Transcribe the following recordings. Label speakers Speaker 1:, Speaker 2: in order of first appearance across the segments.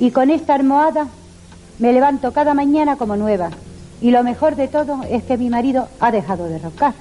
Speaker 1: Y con esta almohada me levanto cada mañana como nueva. Y lo mejor de todo es que mi marido ha dejado de roncar.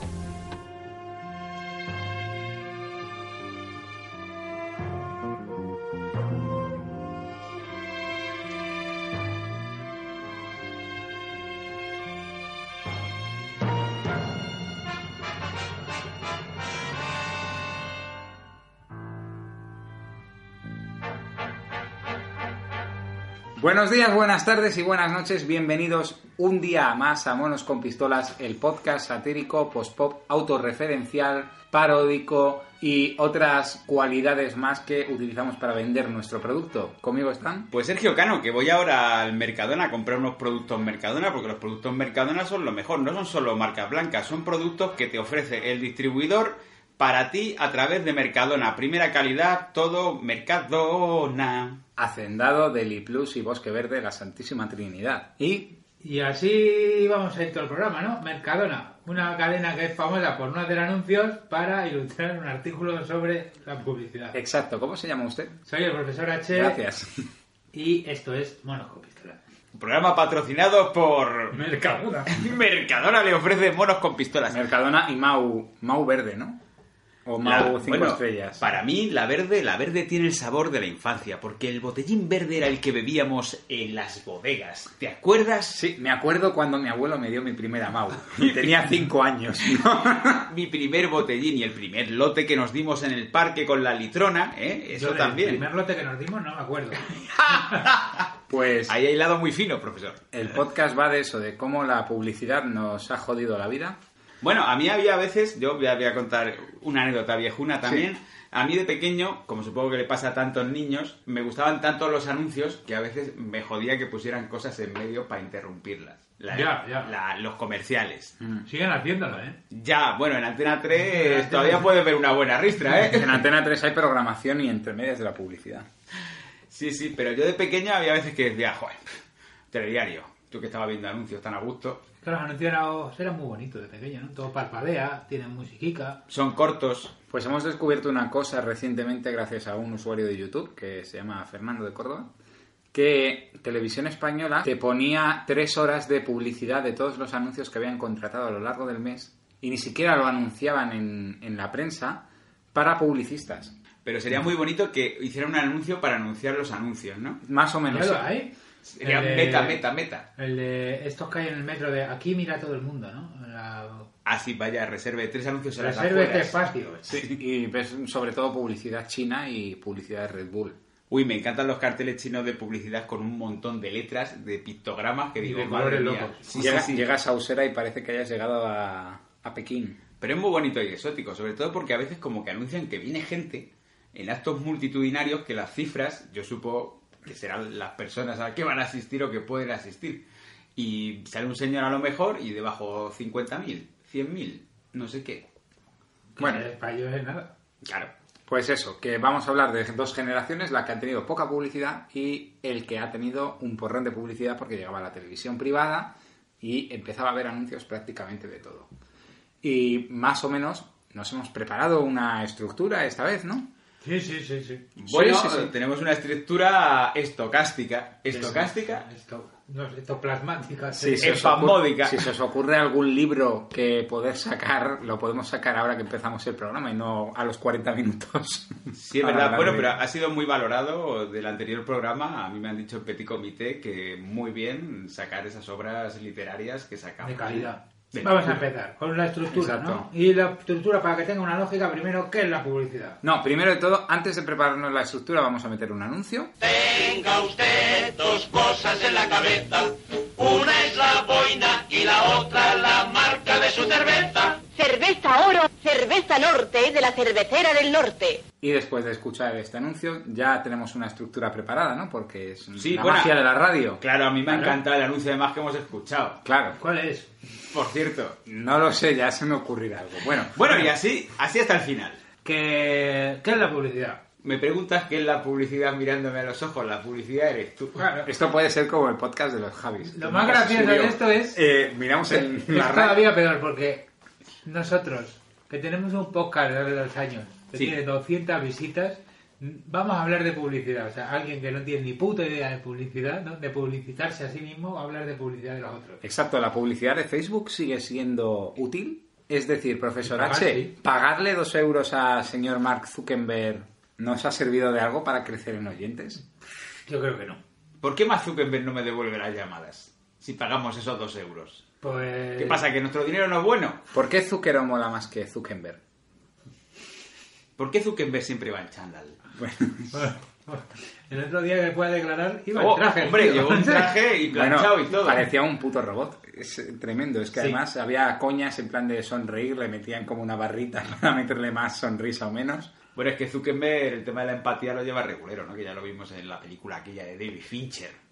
Speaker 2: Buenos días, buenas tardes y buenas noches. Bienvenidos un día más a Monos con Pistolas, el podcast satírico, post-pop, autorreferencial, paródico y otras cualidades más que utilizamos para vender nuestro producto. ¿Conmigo están?
Speaker 3: Pues Sergio Cano, que voy ahora al Mercadona a comprar unos productos Mercadona, porque los productos Mercadona son lo mejor, no son solo marcas blancas, son productos que te ofrece el distribuidor para ti a través de Mercadona. Primera calidad, todo Mercadona.
Speaker 2: Hacendado, Deli Plus y Bosque Verde, la Santísima Trinidad. Y
Speaker 4: Y así vamos a ir todo el programa, ¿no? Mercadona, una cadena que es famosa por no hacer anuncios para ilustrar un artículo sobre la publicidad.
Speaker 3: Eh,
Speaker 2: exacto, ¿cómo se llama usted?
Speaker 4: Soy el profesor H.
Speaker 2: Gracias.
Speaker 4: Y esto es Monoscopistola.
Speaker 3: Programa patrocinado por...
Speaker 4: Mercadona.
Speaker 3: Mercadona le ofrece monos con pistolas.
Speaker 2: Mercadona y Mau, Mau Verde, ¿no? O
Speaker 3: La-
Speaker 2: Mau 5
Speaker 3: bueno,
Speaker 2: estrellas.
Speaker 3: Para mí, la verde, la verde tiene el sabor de la infancia, porque el botellín verde era el que bebíamos en las bodegas. ¿Te acuerdas?
Speaker 2: Sí, me acuerdo cuando mi abuelo me dio mi primera Mau. Y tenía 5 años. ¿no?
Speaker 3: Mi primer botellín y el primer lote que nos dimos en el parque con la litrona, ¿eh? Eso
Speaker 4: Yo del
Speaker 3: también.
Speaker 4: primer lote que nos dimos no me acuerdo.
Speaker 2: Pues
Speaker 3: Ahí hay lado muy fino, profesor.
Speaker 2: el podcast va de eso, de cómo la publicidad nos ha jodido la vida.
Speaker 3: Bueno, a mí había veces, yo voy a, voy a contar una anécdota viejuna también. A mí de pequeño, como supongo que le pasa a tantos niños, me gustaban tanto los anuncios que a veces me jodía que pusieran cosas en medio para interrumpirlas. La-
Speaker 4: Ya, ya.
Speaker 3: la- los comerciales.
Speaker 4: Siguen haciéndolo, ¿eh?
Speaker 3: Ya, bueno, en Antena
Speaker 4: En
Speaker 3: 3
Speaker 4: Antena
Speaker 3: todavía
Speaker 4: 3.
Speaker 3: puedes ver una buena ristra, ¿eh?
Speaker 2: En Antena 3 hay programación y entre medias de la publicidad.
Speaker 3: Sí, sí, pero yo de pequeño había veces que decía, joder, pff, telediario, tú que estabas viendo anuncios tan a gusto.
Speaker 4: Es que los anuncios eran muy bonitos de pequeño, ¿no? Todo parpadea, tienen musiquica.
Speaker 3: Son cortos.
Speaker 2: Pues hemos descubierto una cosa recientemente gracias a un usuario de YouTube que se llama Fernando de Córdoba, que Televisión Española te ponía tres horas de publicidad de todos los anuncios que habían contratado a lo largo del mes y ni siquiera lo anunciaban en, en la prensa para publicistas.
Speaker 3: Pero sería muy bonito que hicieran un anuncio para anunciar los anuncios, ¿no?
Speaker 2: Más o
Speaker 4: ¿No
Speaker 2: menos.
Speaker 4: lo hay?
Speaker 3: Sería
Speaker 4: El de-
Speaker 3: meta, meta, meta.
Speaker 4: El de estos que hay en el metro de aquí mira todo el mundo, ¿no? La...
Speaker 3: Así vaya, reserve tres anuncios a las
Speaker 4: Reserve este
Speaker 3: afueras.
Speaker 4: espacio.
Speaker 2: Sí, Y ves sobre todo publicidad china y publicidad de Red Bull.
Speaker 3: Uy, me encantan los carteles chinos de publicidad con un montón de letras, de pictogramas que
Speaker 4: Y
Speaker 3: digo,
Speaker 4: de
Speaker 3: madre
Speaker 4: colores
Speaker 3: mía.
Speaker 4: locos.
Speaker 3: Sí, sí,
Speaker 2: Llega-
Speaker 3: sí.
Speaker 2: Llegas a Usera y parece que hayas llegado a, a Pekín.
Speaker 3: Pero es muy bonito y exótico, sobre todo porque a veces como que anuncian que viene gente en actos multitudinarios que las cifras, yo supo que serán las personas a las que van a asistir o que pueden asistir. Y sale un señor a lo mejor y debajo 50.000, 100.000, no sé qué.
Speaker 2: Bueno.
Speaker 4: Eh, para ellos es nada.
Speaker 3: Claro.
Speaker 2: Pues eso, que vamos a hablar de dos generaciones, la que ha tenido poca publicidad y el que ha tenido un porrón de publicidad porque llegaba a la televisión privada y empezaba a ver anuncios prácticamente de todo. Y más o menos nos hemos preparado una estructura esta vez, ¿no?
Speaker 4: Sí, sí, sí, sí.
Speaker 3: Bueno,
Speaker 2: sí, sí.
Speaker 3: eh, tenemos una estructura estocástica. ¿Estocástica?
Speaker 4: Esto, no, sé, esto plasmática.
Speaker 2: Si se os ocur-
Speaker 3: Espasmódica.
Speaker 2: Si se os ocurre algún libro que poder sacar, lo podemos sacar ahora que empezamos el programa y no a los 40 minutos.
Speaker 3: Sí, es
Speaker 2: Para
Speaker 3: verdad.
Speaker 2: hablar
Speaker 3: Bueno,
Speaker 2: de-
Speaker 3: pero ha sido muy valorado del anterior programa. A mí me han dicho el Petit Comité que muy bien sacar esas obras literarias que sacamos.
Speaker 4: de calidad.
Speaker 3: De
Speaker 4: Vamos a
Speaker 3: calidad.
Speaker 4: empezar con la estructura,
Speaker 2: Exacto.
Speaker 4: ¿no? Y la estructura, para que tenga una lógica, primero, ¿qué es la publicidad?
Speaker 2: No, primero de todo, antes de prepararnos la estructura, vamos a meter un anuncio.
Speaker 5: Tenga usted dos cosas en la cabeza. Una es la boina y la otra la marca de su cerveza.
Speaker 6: Cerveza oro, cerveza. cerveza norte de la cervecera del norte.
Speaker 2: Y después de escuchar este anuncio, ya tenemos una estructura preparada, ¿no? Porque es
Speaker 3: Sí,
Speaker 2: la
Speaker 3: bueno.
Speaker 2: magia de la radio.
Speaker 3: Claro, a mí me ha
Speaker 2: Claro.
Speaker 3: encantado el anuncio de más que hemos escuchado.
Speaker 2: Claro.
Speaker 4: ¿Cuál es?
Speaker 3: Por cierto.
Speaker 2: No lo sé, ya se me ocurrirá algo. Bueno,
Speaker 3: Bueno, y así, así hasta el final.
Speaker 4: ¿Qué, qué es la publicidad?
Speaker 3: Me preguntas qué es la publicidad mirándome a los ojos. La publicidad eres tú.
Speaker 4: Claro.
Speaker 2: esto puede ser como el podcast de los Javis.
Speaker 4: Lo
Speaker 2: que
Speaker 4: más
Speaker 2: nunca se
Speaker 4: gracioso
Speaker 2: subió.
Speaker 4: de esto es-
Speaker 2: Eh, miramos en
Speaker 4: Es
Speaker 2: la radio.
Speaker 4: todavía peor porque nosotros, que tenemos un podcast de hace dos años, que
Speaker 3: Sí.
Speaker 4: tiene 200 visitas, n- vamos a hablar de publicidad. O sea, alguien que no tiene ni puta idea de publicidad, ¿no? de publicitarse a sí mismo, va a hablar de publicidad de los otros.
Speaker 2: Exacto, la publicidad de Facebook sigue siendo útil. Es decir, profesor
Speaker 4: Pagar,
Speaker 2: H,
Speaker 4: sí.
Speaker 2: pagarle dos euros a señor Mark Zuckerberg nos ha servido de algo para crecer en oyentes.
Speaker 4: Yo creo que no.
Speaker 3: ¿Por qué más Zuckerberg no me devuelve las llamadas? Si pagamos esos dos euros.
Speaker 4: Pues.
Speaker 3: ¿Qué pasa? ¿Que nuestro dinero no es bueno?
Speaker 2: ¿Por qué Zuckerberg mola más que Zuckerberg?
Speaker 3: ¿Por qué Zuckerberg siempre va en chándal?
Speaker 4: El otro día que fue a declarar, iba en
Speaker 3: Oh,
Speaker 4: traje.
Speaker 3: hombre,
Speaker 4: tío.
Speaker 3: llevó un traje y planchado
Speaker 2: Bueno,
Speaker 3: y todo. ¿eh?
Speaker 2: Parecía un puto robot. Es eh, tremendo. Es que además había coñas en plan de sonreír, le metían como una barrita para meterle más sonrisa o menos.
Speaker 3: Bueno, es que Zuckerberg el tema de la empatía lo lleva regulero, ¿no? Que ya lo vimos en la película aquella de David Fincher.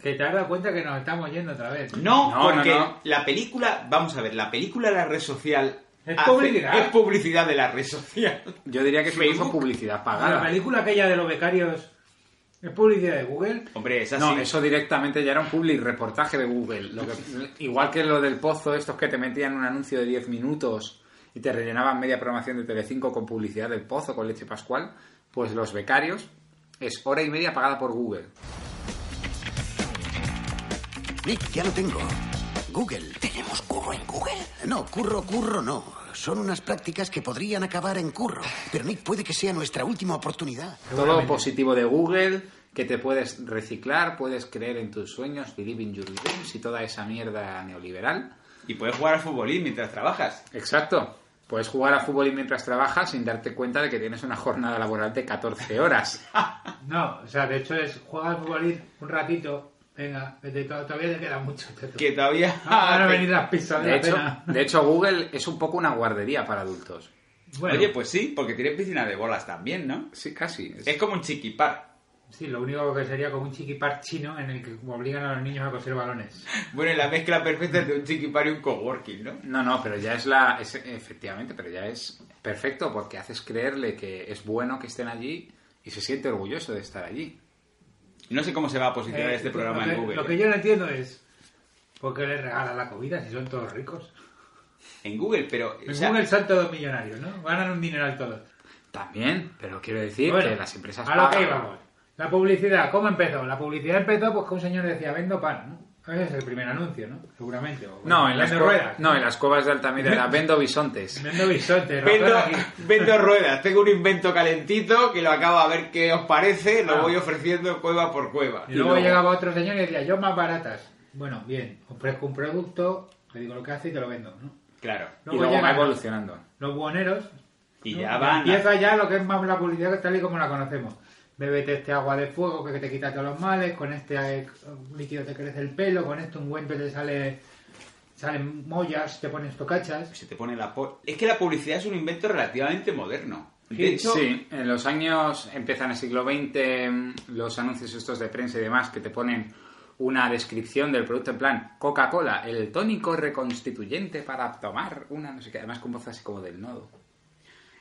Speaker 4: Que te has dado cuenta que nos estamos yendo otra vez.
Speaker 3: No,
Speaker 2: No, no,
Speaker 3: porque
Speaker 2: no.
Speaker 3: la película, vamos a ver, la película de la red social...
Speaker 4: Es
Speaker 3: hace-
Speaker 4: publicidad.
Speaker 3: Es publicidad de la red social.
Speaker 2: Yo diría que se hizo
Speaker 3: Facebook.
Speaker 2: publicidad
Speaker 4: La
Speaker 2: pagada.
Speaker 4: película aquella de los becarios es publicidad de Google.
Speaker 3: Hombre, es así.
Speaker 2: No, eso directamente ya era un public reportaje de Google. Lo que- igual que lo del pozo, estos que te metían un anuncio de 10 minutos y te rellenaban media programación de Telecinco con publicidad del pozo, con leche pascual, pues los becarios es hora y media pagada por Google.
Speaker 7: Nick, ya lo tengo. Google. ¿Tenemos curro en Google? No, curro, curro no. Son unas prácticas que podrían acabar en curro. Pero Nick, puede que sea nuestra última oportunidad.
Speaker 2: Todo positivo de Google, que te puedes reciclar, puedes creer en tus sueños, believe in your dreams y toda esa mierda neoliberal.
Speaker 3: Y puedes jugar al futbolín mientras trabajas.
Speaker 2: Exacto. Puedes jugar a fútbol y mientras trabajas sin darte cuenta de que tienes una jornada laboral de 14 horas.
Speaker 4: No, o sea, de hecho es juega al futbolín un ratito, venga, vete, to- todavía te queda mucho. Teto.
Speaker 3: Que todavía...
Speaker 4: Ah, Ahora
Speaker 3: te-
Speaker 4: venir las pizzas de,
Speaker 2: De
Speaker 4: la
Speaker 2: hecho,
Speaker 4: pena.
Speaker 2: de hecho, Google es un poco una guardería para adultos.
Speaker 4: Bueno,
Speaker 3: Oye, pues sí, porque tienes piscina de bolas también, ¿no?
Speaker 2: Sí, casi. Es-
Speaker 3: Es como un chiquipar.
Speaker 4: sí, lo único que sería como un chiquipar chino en el que obligan a los niños a coser balones.
Speaker 3: Bueno, y la mezcla perfecta entre un chiquipar y un coworking, ¿no?
Speaker 2: No, no, pero ya es la... es- efectivamente, pero ya es perfecto porque haces creerle que es bueno que estén allí y se siente orgulloso de estar allí.
Speaker 3: No sé cómo se va a posicionar
Speaker 4: Eh,
Speaker 3: este programa
Speaker 4: lo que,
Speaker 3: en Google.
Speaker 4: Lo que yo no entiendo es por qué les regalan la comida si son todos ricos.
Speaker 3: En Google, pero... o
Speaker 4: En
Speaker 3: sea,
Speaker 4: Google son todos millonarios, ¿no? Ganan un dineral todos.
Speaker 2: También, pero quiero decir
Speaker 4: Bueno,
Speaker 2: que las empresas
Speaker 4: A lo que
Speaker 2: pagan.
Speaker 4: íbamos. La publicidad, ¿cómo empezó? La publicidad empezó pues que un señor decía, vendo pan, ¿no? Ese es el primer anuncio, ¿no? Seguramente. o-
Speaker 2: No, en las,
Speaker 4: vendo
Speaker 2: co-
Speaker 4: ruedas.
Speaker 2: no, en las cuevas de Altamira vendo bisontes.
Speaker 4: Vendo bisontes,
Speaker 3: Vendo,
Speaker 4: razones aquí.
Speaker 3: vendo ruedas, tengo un invento calentito que lo acabo a ver qué os parece, lo
Speaker 4: Ah.
Speaker 3: voy ofreciendo cueva por cueva.
Speaker 4: Y luego llegaba otro señor y decía, yo más baratas. Bueno, bien, ofrezco un producto, te digo lo que hace y te lo vendo, ¿no?
Speaker 3: Claro.
Speaker 2: y luego va
Speaker 4: llegan
Speaker 2: evolucionando.
Speaker 4: los buhoneros.
Speaker 3: Y
Speaker 4: ¿no?
Speaker 3: ya van a-
Speaker 4: Empieza ya lo que es más la publicidad tal y como la conocemos. Bébete este agua de fuego que te quita todos los males, con este eh, líquido te crece el pelo, con este ungüento te sale salen mollas, te pones tocachas.
Speaker 3: Se te pone la po- Es que la publicidad es un invento relativamente moderno. De
Speaker 4: Sí,
Speaker 3: hecho,
Speaker 2: Sí, en los años, empiezan el siglo XX, mm, los anuncios estos de prensa y demás que te ponen una descripción del producto en plan Coca-Cola, el tónico reconstituyente para tomar una no sé qué, además con voz así como del nodo.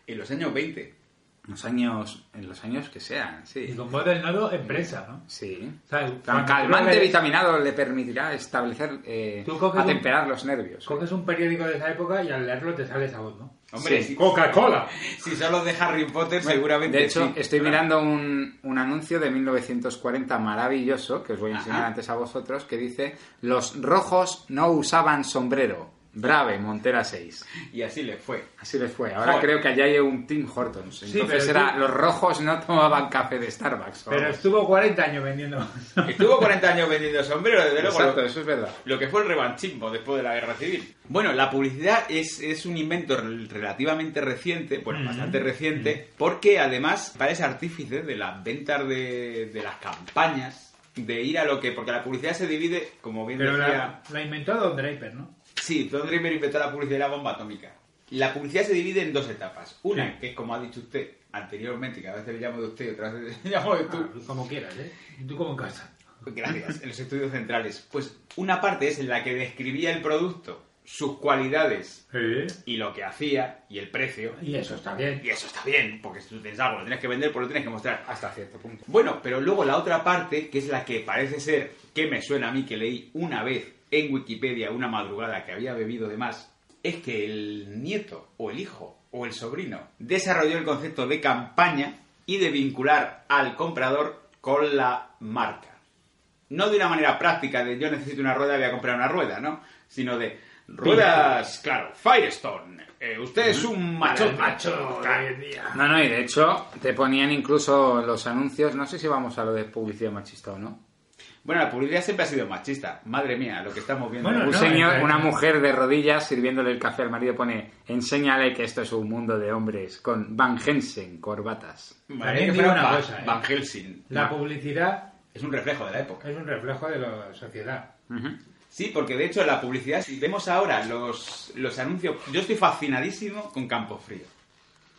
Speaker 3: en los años 20.
Speaker 2: En los años, en los años que sean,
Speaker 4: Y
Speaker 2: sí.
Speaker 4: con voz del nodo empresa, ¿no?
Speaker 2: Sí.
Speaker 4: O sea,
Speaker 2: Tan
Speaker 4: cuando
Speaker 2: calmante
Speaker 4: tú ves-
Speaker 2: vitaminado le permitirá establecer, eh,
Speaker 4: Tú coges un-
Speaker 2: atemperar los nervios.
Speaker 4: Coges un periódico de esa época y al leerlo te sale esa voz, ¿no?
Speaker 3: Hombre,
Speaker 2: Sí.
Speaker 3: si-
Speaker 4: Coca-Cola.
Speaker 3: si, son los de Harry Potter,
Speaker 2: Bueno,
Speaker 3: seguramente.
Speaker 2: De hecho,
Speaker 3: sí.
Speaker 2: estoy
Speaker 3: Claro.
Speaker 2: mirando un, un anuncio de 1940 maravilloso que os voy a enseñar
Speaker 3: Ajá.
Speaker 2: antes a vosotros que dice: Los rojos no usaban sombrero. Brave, Montera 6.
Speaker 3: Y así le fue.
Speaker 2: Así les fue. Ahora
Speaker 3: Joder.
Speaker 2: creo que allá hay un Tim Hortons.
Speaker 4: Sí,
Speaker 2: Entonces
Speaker 4: pero
Speaker 2: era:
Speaker 4: tú-
Speaker 2: Los rojos no tomaban café de Starbucks. o
Speaker 4: Pero
Speaker 2: algo.
Speaker 4: estuvo 40 años vendiendo.
Speaker 3: Estuvo 40 años vendiendo sombreros, desde luego.
Speaker 2: Exacto,
Speaker 3: lo-
Speaker 2: eso es verdad.
Speaker 3: lo que fue el revanchismo después de la guerra civil. Bueno, la publicidad es, es un invento rel- relativamente reciente, bueno, bastante reciente, porque además parece artífice de las ventas de, de las campañas, de ir a lo que... Porque la publicidad se divide, como bien
Speaker 4: Pero
Speaker 3: decía...
Speaker 4: la, la inventó Don Draper, ¿no?
Speaker 3: Sí, Don Dreamer inventó la publicidad de la bomba atómica. La publicidad se divide en dos etapas. Una, que es como ha dicho usted anteriormente, que a veces le llamo de usted y otras veces le llamo de tú. Pues
Speaker 4: Como quieras, ¿eh? Tú como en casa.
Speaker 2: Ah.
Speaker 3: Gracias, en los estudios centrales. Pues una parte es en la que describía el producto, sus cualidades y lo que hacía y el precio.
Speaker 4: Y eso está bien.
Speaker 3: Y eso está bien, porque si tú tienes algo, lo tienes que vender, pues lo tienes que mostrar.
Speaker 2: Hasta cierto punto.
Speaker 3: Bueno, pero luego la otra parte, que es la que parece ser, que me suena a mí que leí una vez en Wikipedia una madrugada que había bebido de más, es que el nieto o el hijo o el sobrino desarrolló el concepto de campaña y de vincular al comprador con la marca. No de una manera práctica de yo necesito una rueda, voy a comprar una rueda, ¿no? Sino de ruedas, claro, Firestone. eh, usted es un macho, macho.
Speaker 2: No, no, y de hecho te ponían incluso los anuncios, no sé si vamos a lo de publicidad machista o no.
Speaker 3: Bueno, la publicidad siempre ha sido machista. Madre mía, lo que estamos viendo.
Speaker 4: Bueno,
Speaker 2: Un
Speaker 4: no,
Speaker 2: señor,
Speaker 4: eh,
Speaker 2: una mujer de rodillas sirviéndole el café al marido pone, enséñale que esto es un mundo de hombres con Van Hensen corbatas.
Speaker 3: Madre
Speaker 4: También
Speaker 3: mía, que
Speaker 4: digo
Speaker 3: fuera
Speaker 4: eh. una
Speaker 3: Van-
Speaker 4: cosa, eh.
Speaker 3: Van Helsing.
Speaker 4: La Eh. publicidad
Speaker 3: Es un reflejo de la época.
Speaker 4: es un reflejo de la sociedad.
Speaker 2: Ujú.
Speaker 3: Sí, porque de hecho la publicidad, si vemos ahora los, los anuncios, yo estoy fascinadísimo con Campofrío.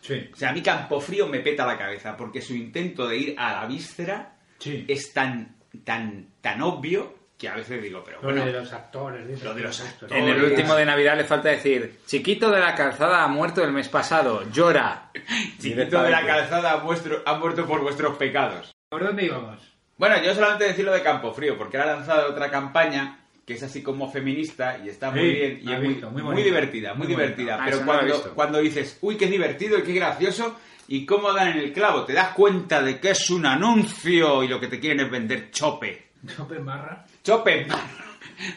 Speaker 4: Sí.
Speaker 3: O sea, a mí Campofrío me peta la cabeza, porque su intento de ir a la víscera
Speaker 4: Sí.
Speaker 3: es tan, tan, tan obvio que a veces digo, pero
Speaker 4: Lo
Speaker 3: bueno,
Speaker 4: de los actores. dices,
Speaker 3: lo de los
Speaker 4: esto,
Speaker 3: actores.
Speaker 2: En el
Speaker 3: Oye.
Speaker 2: último de Navidad le falta decir, chiquito de la calzada ha muerto el mes pasado, llora.
Speaker 3: chiquito de la calzada ha, vuestro- ha muerto por vuestros pecados.
Speaker 4: ¿Por dónde íbamos?
Speaker 3: Bueno, yo solamente decir lo de Campofrío, porque ha lanzado otra campaña que es así como feminista y está muy
Speaker 4: Sí,
Speaker 3: bien y
Speaker 4: la
Speaker 3: es
Speaker 4: he
Speaker 3: muy,
Speaker 4: visto, muy
Speaker 3: muy
Speaker 4: bonita.
Speaker 3: divertida, muy,
Speaker 4: Muy bonita.
Speaker 3: divertida.
Speaker 2: Ah,
Speaker 3: pero
Speaker 2: esa no la he
Speaker 3: cuando,
Speaker 2: visto.
Speaker 3: cuando dices, uy, qué divertido y qué gracioso, y cómo dan en el clavo, te das cuenta de que es un anuncio y lo que te quieren es vender chope.
Speaker 4: Chope pues, Marra.
Speaker 3: Chope.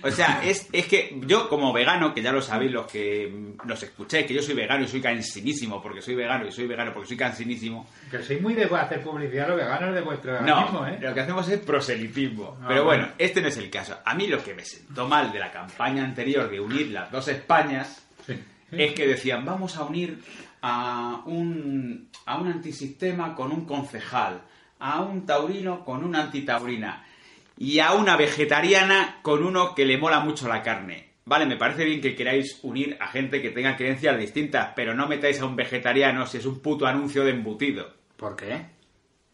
Speaker 3: O sea, es, es que yo como vegano, que ya lo sabéis los que mm, nos escucháis, que yo soy vegano y soy cansinísimo porque soy vegano y soy vegano porque soy cansinísimo,
Speaker 4: Que soy muy de hacer publicidad a los veganos de vuestro
Speaker 3: No,
Speaker 4: organismo, ¿eh?
Speaker 3: lo que hacemos es proselitismo.
Speaker 4: Ah,
Speaker 3: Pero
Speaker 4: bueno.
Speaker 3: bueno, este no es el caso. A mí lo que me sentó mal de la campaña anterior de unir las dos Españas
Speaker 4: Sí.
Speaker 3: es que decían, vamos a unir a un, a un antisistema con un concejal, a un taurino con una antitaurina y a una vegetariana con uno que le mola mucho la carne. Vale, me parece bien que queráis unir a gente que tenga creencias distintas, pero no metáis a un vegetariano si es un puto anuncio de embutido.
Speaker 2: ¿Por qué?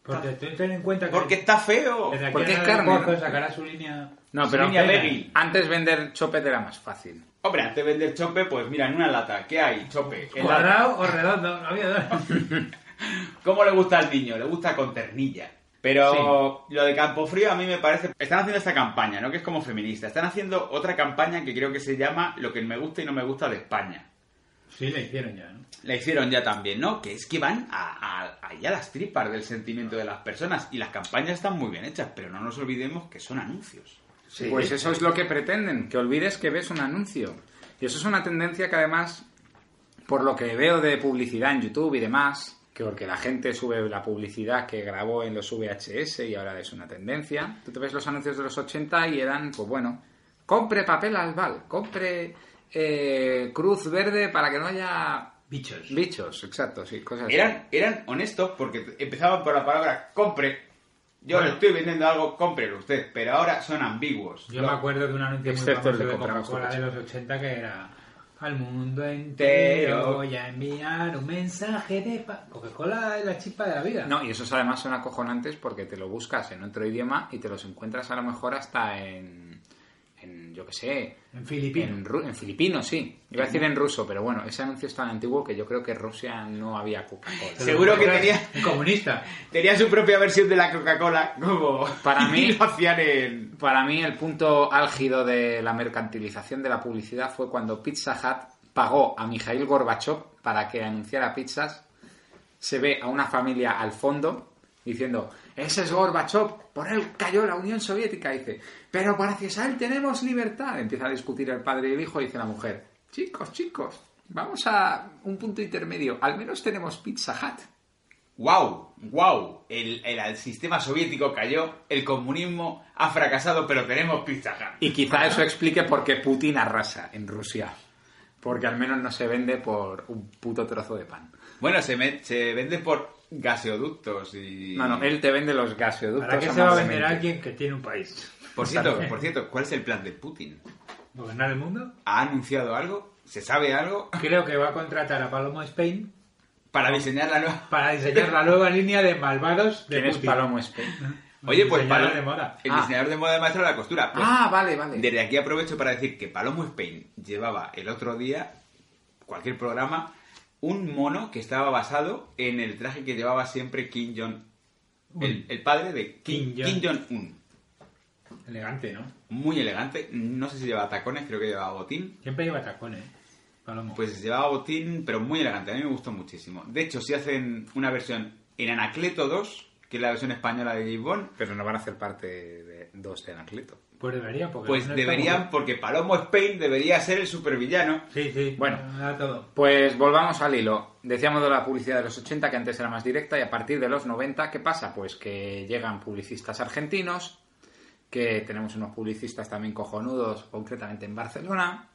Speaker 4: Porque tú ten en cuenta que...
Speaker 3: Porque está feo.
Speaker 4: desde aquí
Speaker 2: porque
Speaker 4: a
Speaker 2: es
Speaker 4: nada
Speaker 2: carne,
Speaker 4: Porco
Speaker 2: ¿no?
Speaker 4: sacará su línea...
Speaker 2: No,
Speaker 4: su
Speaker 2: pero
Speaker 4: línea
Speaker 3: Venga,
Speaker 4: veggie.
Speaker 3: Veggie.
Speaker 2: antes vender chopet era más fácil.
Speaker 3: Hombre, antes de vender chope, pues mira, en una lata, ¿qué hay? Chope. En la-
Speaker 4: Cuadrado o redondo, no había dos.
Speaker 3: ¿Cómo le gusta al niño? Le gusta con ternilla. Pero lo de Campofrío a mí me parece... Están haciendo esta campaña, ¿no? Que es como feminista. Están haciendo otra campaña que creo que se llama Lo que me gusta y no me gusta de España.
Speaker 4: Sí, la hicieron ya, ¿no?
Speaker 3: La hicieron ya también, ¿no? Que es que van a, a, ahí a las tripas del sentimiento de las personas. Y las campañas están muy bien hechas, pero no nos olvidemos que son anuncios.
Speaker 2: Pues eso es lo que pretenden, que olvides que ves un anuncio. Y eso es una tendencia que además, por lo que veo de publicidad en YouTube y demás, que porque la gente sube la publicidad que grabó en los VHS y ahora es una tendencia, tú te ves los anuncios de los 80 y eran, pues bueno, compre papel albal, compre eh, cruz verde para que no haya
Speaker 4: Bichos.
Speaker 2: bichos, exacto, sí, cosas así.
Speaker 3: Eran, eran honestos porque empezaban por la palabra compre. Yo
Speaker 4: Bueno.
Speaker 3: le estoy vendiendo algo, cómprelo usted. Pero ahora son ambiguos.
Speaker 4: Yo
Speaker 3: Lo-
Speaker 4: me acuerdo de un anuncio muy
Speaker 2: Excepto
Speaker 4: famoso
Speaker 2: el de
Speaker 4: de
Speaker 2: compramos
Speaker 4: Coca-Cola
Speaker 2: tu
Speaker 4: de los 80 que era al mundo
Speaker 3: Entero.
Speaker 4: entero voy a enviar un mensaje de paz. Coca-Cola es la chispa de la vida.
Speaker 2: No, y esos además son acojonantes porque te lo buscas en otro idioma y te los encuentras a lo mejor hasta en, en yo qué sé,
Speaker 4: En Filipinas.
Speaker 2: en, ru- en filipino, sí. Iba a decir en ruso, pero bueno, ese anuncio es tan antiguo que yo creo que en Rusia no había Coca-Cola.
Speaker 3: Seguro que tenía,
Speaker 4: Un comunista.
Speaker 3: tenía su propia versión de la Coca-Cola. Como
Speaker 2: Para mí-
Speaker 3: lo hacían en.
Speaker 2: Para mí el punto álgido de la mercantilización de la publicidad fue cuando Pizza Hut pagó a Mikhail Gorbachev para que anunciara pizzas. Se ve a una familia al fondo diciendo, ese es Gorbachev, por él cayó la Unión Soviética. Y dice, pero gracias a él tenemos libertad. Empieza a discutir el padre y el hijo y dice la mujer, chicos, chicos, vamos a un punto intermedio, al menos tenemos Pizza Hut.
Speaker 3: ¡Wow! ¡Wow! El, el- el sistema soviético cayó, el comunismo ha fracasado, pero tenemos Pizza Hut.
Speaker 2: Y quizá eso explique por qué Putin arrasa en Rusia. Porque al menos no se vende por un puto trozo de pan.
Speaker 3: Bueno, se, me- se vende por gaseoductos y.
Speaker 2: No, no, él te vende los gaseoductos.
Speaker 4: ¿Para qué se va a vender
Speaker 2: amablemente.
Speaker 4: alguien que tiene un país?
Speaker 3: Por cierto, por cierto, ¿cuál es el plan de Putin?
Speaker 4: ¿Gobernar el mundo?
Speaker 3: ¿Ha anunciado algo? ¿Se sabe algo?
Speaker 4: Creo que va a contratar a Palomo Spain
Speaker 3: Para diseñar la nueva.
Speaker 4: para diseñar la nueva línea de malvados de
Speaker 2: ¿Quién es
Speaker 4: Putin.
Speaker 2: Palomo Spain?
Speaker 3: Oye, pues
Speaker 4: Diseñador
Speaker 3: Palo-
Speaker 4: de moda.
Speaker 3: El
Speaker 2: Ah.
Speaker 3: diseñador de moda de maestro de la costura. Pues,
Speaker 2: Ah, vale, vale.
Speaker 3: Desde aquí aprovecho para decir que Palomo Spain llevaba el otro día, cualquier programa, un mono que estaba basado en el traje que llevaba siempre Kim Jong, el, el padre de Kim,
Speaker 4: Kim
Speaker 3: Kim
Speaker 4: Jong.
Speaker 3: Jong-un.
Speaker 4: Elegante, ¿no?
Speaker 3: Muy elegante, no sé si llevaba tacones, creo que llevaba botín.
Speaker 4: Siempre lleva ¿eh? tacones, Palomo.
Speaker 3: Pues llevaba botín, pero muy elegante, a mí me gustó muchísimo. De hecho, si hacen una versión en Anacleto 2, que es la versión española de James Bond,
Speaker 2: Pero no van a hacer parte de dos de Anacleto.
Speaker 4: Pues debería, porque
Speaker 3: pues
Speaker 4: no está
Speaker 3: deberían, porque Palomo Spain debería ser el supervillano.
Speaker 4: muy- Sí, sí.
Speaker 2: Bueno.
Speaker 4: da todo.
Speaker 2: Pues volvamos al hilo. Decíamos de la publicidad de los 80, que antes era más directa, y a partir de los 90, ¿qué pasa? Pues que llegan publicistas argentinos, que tenemos unos publicistas también cojonudos, concretamente en Barcelona,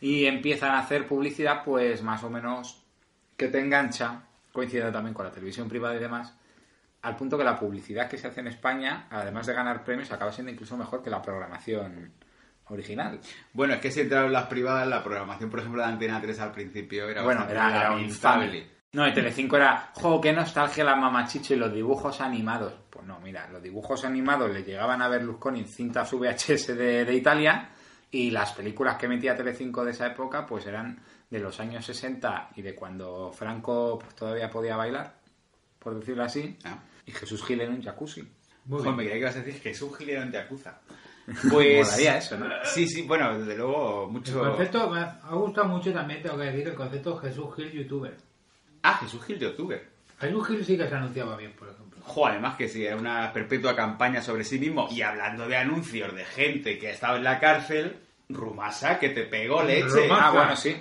Speaker 2: y empiezan a hacer publicidad, pues más o menos que te engancha, coincidiendo también con la televisión privada y demás, al punto que la publicidad que se hace en España, además de ganar premios, acaba siendo incluso mejor que la programación original.
Speaker 3: Bueno, es que si entraron las privadas, la programación, por ejemplo, de Antena 3 al principio era
Speaker 2: bueno,
Speaker 3: bastante
Speaker 2: era, era un
Speaker 3: lamentable.
Speaker 2: infame. No, y Telecinco era, jo, qué nostalgia la mamachicho y los dibujos animados. Pues no, mira, los dibujos animados le llegaban a Berlusconi en cintas VHS de, de Italia y las películas que metía Telecinco de esa época pues eran de los años 60 y de cuando Franco pues, todavía podía bailar, por decirlo así,
Speaker 3: Ah.
Speaker 2: y Jesús Gil en un jacuzzi.
Speaker 4: Muy
Speaker 3: Joder,
Speaker 4: bien.
Speaker 3: me creía que ibas a decir Jesús Gil era un yakuza.
Speaker 2: Pues, Molaría eso, ¿no?
Speaker 3: Sí, sí, bueno, desde luego,
Speaker 4: El
Speaker 3: mucho...
Speaker 4: concepto me ha ha gustado mucho también, tengo que decir, el concepto Jesús Gil youtuber.
Speaker 3: Ah, Jesús Gil youtuber.
Speaker 4: Jesús Gil sí que se anunciaba bien, por ejemplo.
Speaker 3: Jo, además que sí, era una perpetua campaña sobre sí mismo. Y hablando de anuncios de gente que ha estado en la cárcel, Rumasa, que te pegó leche.
Speaker 4: Rumasa.
Speaker 2: Ah, bueno, sí.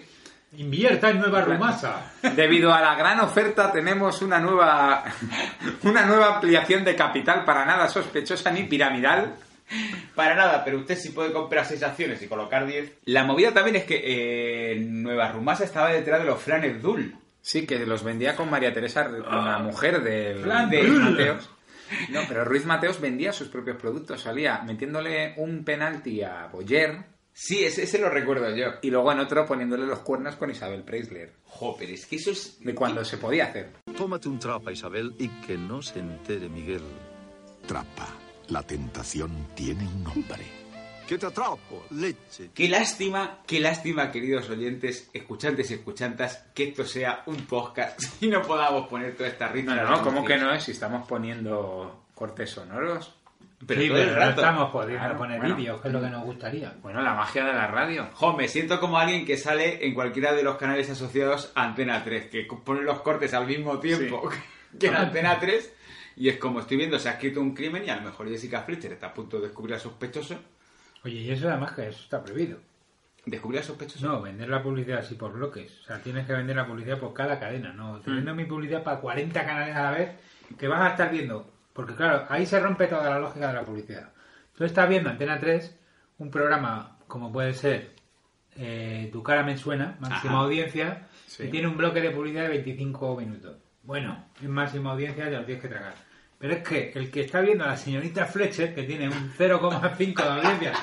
Speaker 4: Invierta en Nueva Rumasa.
Speaker 2: Debido a la gran oferta tenemos una nueva una nueva ampliación de capital para nada sospechosa ni piramidal.
Speaker 3: Para nada, pero usted sí puede comprar 6 acciones y colocar 10. La movida también es que eh, Nueva Rumasa estaba detrás de los flanes Dul.
Speaker 2: Sí, que los vendía con María Teresa, la mujer de,
Speaker 4: Flan
Speaker 2: de
Speaker 4: de
Speaker 2: Ah. Ruiz
Speaker 4: Lula.
Speaker 2: Mateos. No, pero Ruiz Mateos vendía sus propios productos, salía metiéndole un penalti a Boyer
Speaker 3: Sí, ese, ese lo recuerdo yo.
Speaker 2: y luego en otro poniéndole los cuernos con Isabel Preisler,
Speaker 3: Jo, pero es que eso es...
Speaker 2: de cuando se podía hacer.
Speaker 8: Tómate un trapa, Isabel, y que no se entere Miguel.
Speaker 9: Trapa. La tentación tiene un nombre.
Speaker 8: ¿Qué te atrapo? Leche.
Speaker 3: Qué lástima, qué lástima, queridos oyentes, escuchantes y escuchantas, que esto sea un podcast y no podamos poner toda esta
Speaker 2: No,
Speaker 3: ritmo.
Speaker 2: no, no, ¿cómo que no es? Si estamos poniendo cortes sonoros.
Speaker 3: Pero
Speaker 4: sí,
Speaker 3: todo el
Speaker 4: pero no
Speaker 3: rato.
Speaker 4: estamos podiendo
Speaker 2: Claro,
Speaker 4: poner
Speaker 2: bueno.
Speaker 4: vídeos, que es lo que nos gustaría.
Speaker 2: Bueno, la magia de la radio.
Speaker 3: Jo, me siento como alguien que sale en cualquiera de los canales asociados a Antena 3, que co- pone los cortes al mismo tiempo que en Antena 3, y es como estoy viendo, se ha escrito un crimen y a lo mejor Jessica Fletcher está a punto de descubrir al sospechoso.
Speaker 4: Oye, y eso además que eso está prohibido.
Speaker 3: ¿Descubrir al sospechoso?
Speaker 4: No, vender la publicidad así por bloques. O sea, tienes que vender la publicidad por cada cadena. No,
Speaker 2: Mm.
Speaker 4: te vendo mi publicidad para 40 canales a la vez que vas a estar viendo. Porque claro, ahí se rompe toda la lógica de la publicidad. Tú estás viendo Antena 3, un programa como puede ser eh, Tu cara me suena, máxima
Speaker 3: Ajá.
Speaker 4: audiencia,
Speaker 2: Sí.
Speaker 4: y tiene un bloque de publicidad de 25 minutos. Bueno, es máxima audiencia, te lo tienes que tragar. Pero es que el que está viendo a la señorita Fletcher, que tiene un 0,5 de audiencia,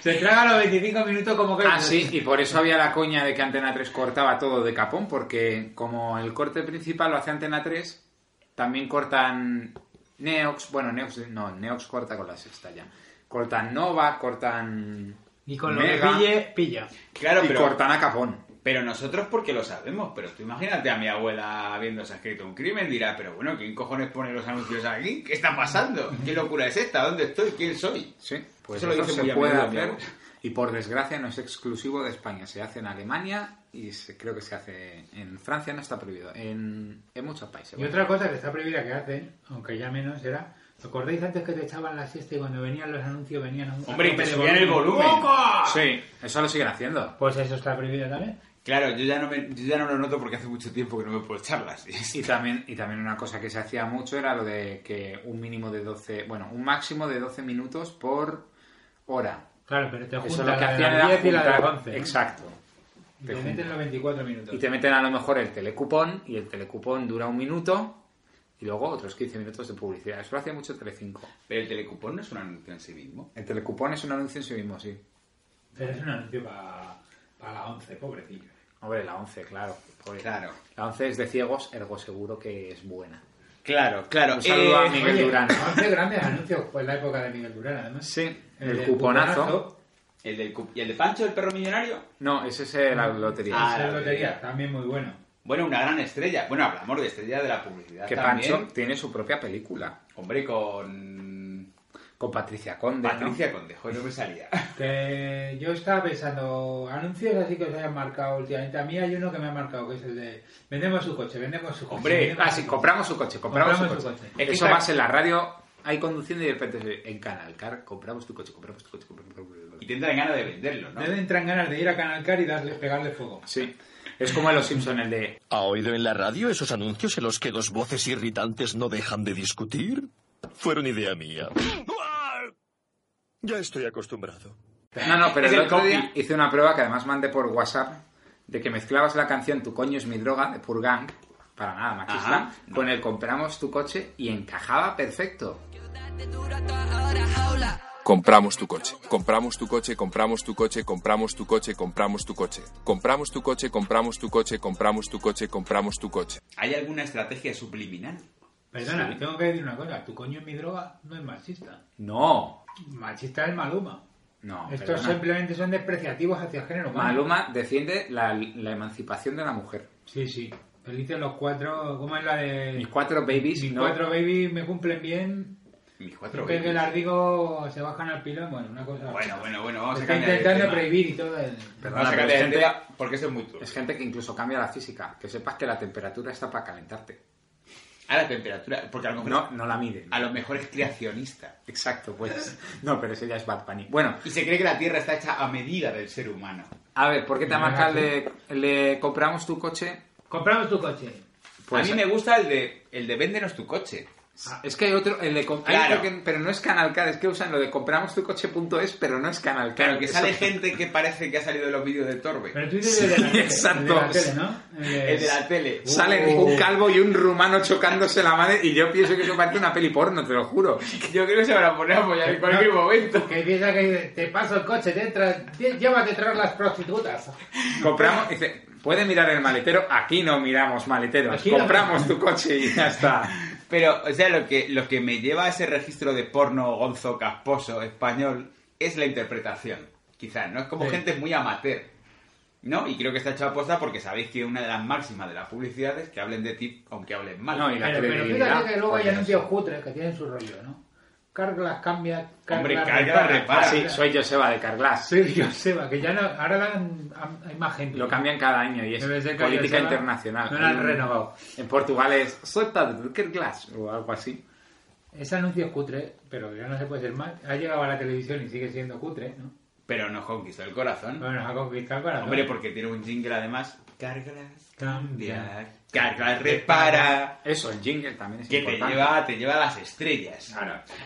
Speaker 4: se traga los 25 minutos como que...
Speaker 2: Ah, sí, y por eso había la coña de que Antena 3 cortaba todo de capón, porque como el corte principal lo hace Antena 3, también cortan Neox, bueno, Neox no, Neox corta con la sexta ya. Cortan Nova, cortan
Speaker 4: Y con
Speaker 2: Mega,
Speaker 4: lo que pille, pilla.
Speaker 3: Claro,
Speaker 2: y
Speaker 3: pero,
Speaker 2: cortan a capón.
Speaker 3: pero nosotros porque lo sabemos, pero tú imagínate a mi abuela viendo se ha escrito un crimen, dirá, pero bueno, ¿quién cojones pone los anuncios aquí? ¿Qué está pasando? ¿Qué locura es esta? ¿Dónde estoy? ¿Quién soy?
Speaker 2: Sí, pues
Speaker 3: Eso
Speaker 2: eso,
Speaker 3: lo dice muy
Speaker 2: se
Speaker 3: a
Speaker 2: puede
Speaker 3: menudo,
Speaker 2: hacer.
Speaker 3: mi abuela.
Speaker 2: Y por desgracia no es exclusivo de España, se hace en Alemania y se- creo que se hace en Francia, no está prohibido, en, en muchos países.
Speaker 4: Y otra cosa que está prohibida que hacen, aunque ya menos, era... ¿Recordáis antes que te echaban la siesta y cuando venían los anuncios venían... a un-
Speaker 3: Hombre,
Speaker 4: a
Speaker 3: y te
Speaker 4: tope de
Speaker 3: subían el volumen.
Speaker 2: Sí, eso lo siguen haciendo.
Speaker 4: Pues eso está prohibido también.
Speaker 3: Claro, yo ya, no me- yo ya no lo noto porque hace mucho tiempo que no me puedo charlas.
Speaker 2: Y también, y también una cosa que se hacía mucho era lo de que un mínimo de 12, bueno, un máximo de 12 minutos por hora.
Speaker 4: Claro, pero te
Speaker 2: Eso
Speaker 4: juntan
Speaker 2: lo que
Speaker 4: la de
Speaker 2: hacían
Speaker 4: las
Speaker 2: era
Speaker 4: 10 y la de las
Speaker 2: juntar-
Speaker 4: 11. ¿no?
Speaker 2: Exacto.
Speaker 4: Y
Speaker 2: Te
Speaker 4: te meten los 24 minutos.
Speaker 2: Y te meten a lo mejor el telecupón y el telecupón dura un minuto y luego otros 15 minutos de publicidad. Eso lo hacía mucho Telecinco.
Speaker 3: Pero el telecupón no es un anuncio en sí mismo.
Speaker 2: El telecupón es un anuncio en sí mismo, sí.
Speaker 4: Pero es un anuncio para la 11, pobrecillo.
Speaker 2: Hombre, la 11, claro. Pobre.
Speaker 3: Claro.
Speaker 2: La 11 es de ciegos, ergo seguro que es buena.
Speaker 3: Claro, claro.
Speaker 2: Un saludo
Speaker 3: Eh,
Speaker 2: a Miguel
Speaker 4: Oye,
Speaker 2: Durán.
Speaker 4: Hace grandes anuncios pues la época de Miguel Durán, además.
Speaker 2: Sí,
Speaker 4: El
Speaker 2: el,
Speaker 4: del
Speaker 2: cuponazo.
Speaker 4: cuponazo.
Speaker 3: ¿El del cu- ¿Y el de Pancho, el perro millonario?
Speaker 2: No, ese es el- la lotería.
Speaker 3: Ah, la
Speaker 4: Esa lotería,
Speaker 3: lotería.
Speaker 4: también muy bueno.
Speaker 3: Bueno, una gran estrella. Bueno, hablamos de estrella de la publicidad
Speaker 2: que
Speaker 3: también.
Speaker 2: Pancho tiene su propia película.
Speaker 3: Hombre, con...
Speaker 2: Con Patricia Conde. ¿no?
Speaker 3: Patricia Conde, joder, no me salía.
Speaker 4: Que yo estaba pensando, anuncios así que os hayan marcado últimamente. A mí hay uno que me ha marcado, que es el de vendemos su coche, vendemos su coche.
Speaker 3: Hombre,
Speaker 4: vendemos
Speaker 2: Ah,
Speaker 4: su
Speaker 2: sí,
Speaker 4: coche".
Speaker 2: compramos su coche, compramos,
Speaker 4: Compramos
Speaker 2: su
Speaker 4: su
Speaker 2: coche.
Speaker 4: coche.
Speaker 2: Es que
Speaker 3: Es
Speaker 2: eso
Speaker 3: que-
Speaker 2: vas en la radio, ahí conduciendo y de repente en Canal Car, compramos tu coche, compramos tu coche, compramos tu
Speaker 3: Y
Speaker 2: coche.
Speaker 3: te entran ganas de venderlo, ¿no?
Speaker 4: Me entran ganas de ir a Canal Car y darle, pegarle fuego.
Speaker 2: Sí, es como en Los Simpson el de
Speaker 10: ¿Ha oído en la radio esos anuncios en los que dos voces irritantes no dejan de discutir? Fueron idea mía. Ya estoy acostumbrado.
Speaker 2: No, no, pero
Speaker 3: Es
Speaker 2: el,
Speaker 3: el
Speaker 2: otro
Speaker 3: copy.
Speaker 2: día hice una prueba que además mandé por WhatsApp de que mezclabas la canción Tu coño es mi droga de Purgang, para nada machista,
Speaker 3: Ajá.
Speaker 2: con el compramos tu coche y encajaba perfecto.
Speaker 11: Compramos tu coche, compramos tu coche, compramos tu coche, compramos tu coche, compramos tu coche. Compramos tu coche, compramos tu coche, compramos tu coche, compramos tu coche.
Speaker 3: ¿Hay alguna estrategia subliminal?
Speaker 4: Perdona, tengo que decir una cosa. Tu coño es mi droga no es machista.
Speaker 2: No,
Speaker 4: Machista es Maluma.
Speaker 2: no.
Speaker 4: Estos
Speaker 2: perdona.
Speaker 4: simplemente son despreciativos hacia el género humano.
Speaker 2: Maluma defiende la, la emancipación de la mujer.
Speaker 4: Sí, sí. Él dice los cuatro... ¿Cómo es la de...?
Speaker 2: Mis cuatro babies,
Speaker 4: Mis
Speaker 2: no.
Speaker 4: cuatro babies me cumplen bien.
Speaker 3: Mis cuatro
Speaker 4: Siempre que
Speaker 3: babies.
Speaker 4: las digo se bajan al pilón. Bueno, una cosa...
Speaker 3: Bueno, bueno, bueno, vamos a
Speaker 4: Está
Speaker 3: cambiar de
Speaker 4: intentando
Speaker 3: tema.
Speaker 4: prohibir y todo. el-
Speaker 2: Perdona,
Speaker 3: Vamos a
Speaker 2: pero
Speaker 3: cambiar
Speaker 2: es
Speaker 3: de
Speaker 2: gente-
Speaker 3: tema porque esto es muy duro.
Speaker 2: Es gente que incluso cambia la física. Que sepas que la temperatura está para calentarte.
Speaker 3: A la temperatura, porque a lo mejor,
Speaker 2: No, no la miden.
Speaker 3: a lo mejor es creacionista.
Speaker 2: Exacto, pues. No, pero ese ya es Bad Bunny. Bueno,
Speaker 3: Y se cree que la Tierra está hecha a medida del ser humano.
Speaker 2: a ver, ¿por qué te
Speaker 4: Venga,
Speaker 2: marca
Speaker 4: tú.
Speaker 2: le, le compramos tu coche?
Speaker 4: Compramos tu coche.
Speaker 2: Pues-
Speaker 3: a mí me gusta el de, el de véndenos tu coche.
Speaker 2: Es que hay otro, el de com- hay
Speaker 3: Claro.
Speaker 2: otro que- pero no es Canal Car, es que usan lo de compramosTuCoche.es, pero no es Canal Car.
Speaker 3: Claro, que
Speaker 2: Eso-
Speaker 3: sale gente que parece que ha salido de los vídeos de Torbe.
Speaker 4: Pero tú dices el de la
Speaker 2: Sí,
Speaker 4: tele,
Speaker 2: exacto.
Speaker 4: el de la tele, ¿no?
Speaker 3: El de la tele.
Speaker 2: Salen
Speaker 4: Oh.
Speaker 2: un calvo y un rumano chocándose la madre y yo pienso que eso parece una peli porno, te lo juro.
Speaker 3: Yo creo que se van a poner a apoyar en cualquier momento.
Speaker 4: Que piensa que te paso el coche, te entras, te- llévate tras las prostitutas.
Speaker 2: Compramos, dice, puede mirar el maletero, aquí no miramos maleteros,
Speaker 4: Aquí no
Speaker 2: compramos tu coche y ya está.
Speaker 3: Pero, o sea, lo que, lo que me lleva a ese registro de porno gonzo casposo español es la interpretación, quizás, ¿no? Es como
Speaker 4: Sí.
Speaker 3: gente muy amateur, ¿no? Y creo que está hecho a posta porque sabéis que una de las máximas de la publicidad es que hablen de ti aunque hablen mal.
Speaker 2: No, y la
Speaker 4: Pero, pero
Speaker 2: credibilidad,
Speaker 4: fíjate que luego hay
Speaker 2: pues,
Speaker 4: anuncios cutres que tienen su rollo, ¿no? Carglas cambia,
Speaker 3: Hombre,
Speaker 4: carglas
Speaker 3: carglas
Speaker 2: Ah,
Speaker 3: repara.
Speaker 2: sí, soy Joseba de Carglass.
Speaker 4: Sí, Joseba, que ya no, ahora la han- han- hay más gente.
Speaker 2: Lo cambian cada año y es
Speaker 4: Debe ser que
Speaker 2: política
Speaker 4: Joseba
Speaker 2: internacional. Mm.
Speaker 4: No la han renovado.
Speaker 2: En Portugal es suelta de Carglass o algo así.
Speaker 4: Ese anuncio es cutre, pero ya no se puede ser más. Ha llegado a la televisión y sigue siendo cutre, ¿no?
Speaker 3: Pero nos conquistó el corazón.
Speaker 4: Bueno, nos ha conquistado para
Speaker 3: Hombre, porque tiene un jingle además. Cargas,
Speaker 4: Cambia.
Speaker 3: cambiar, cargas, repara.
Speaker 2: Eso, el jingle también es
Speaker 3: que te
Speaker 2: importante.
Speaker 3: lleva, te lleva a las estrellas.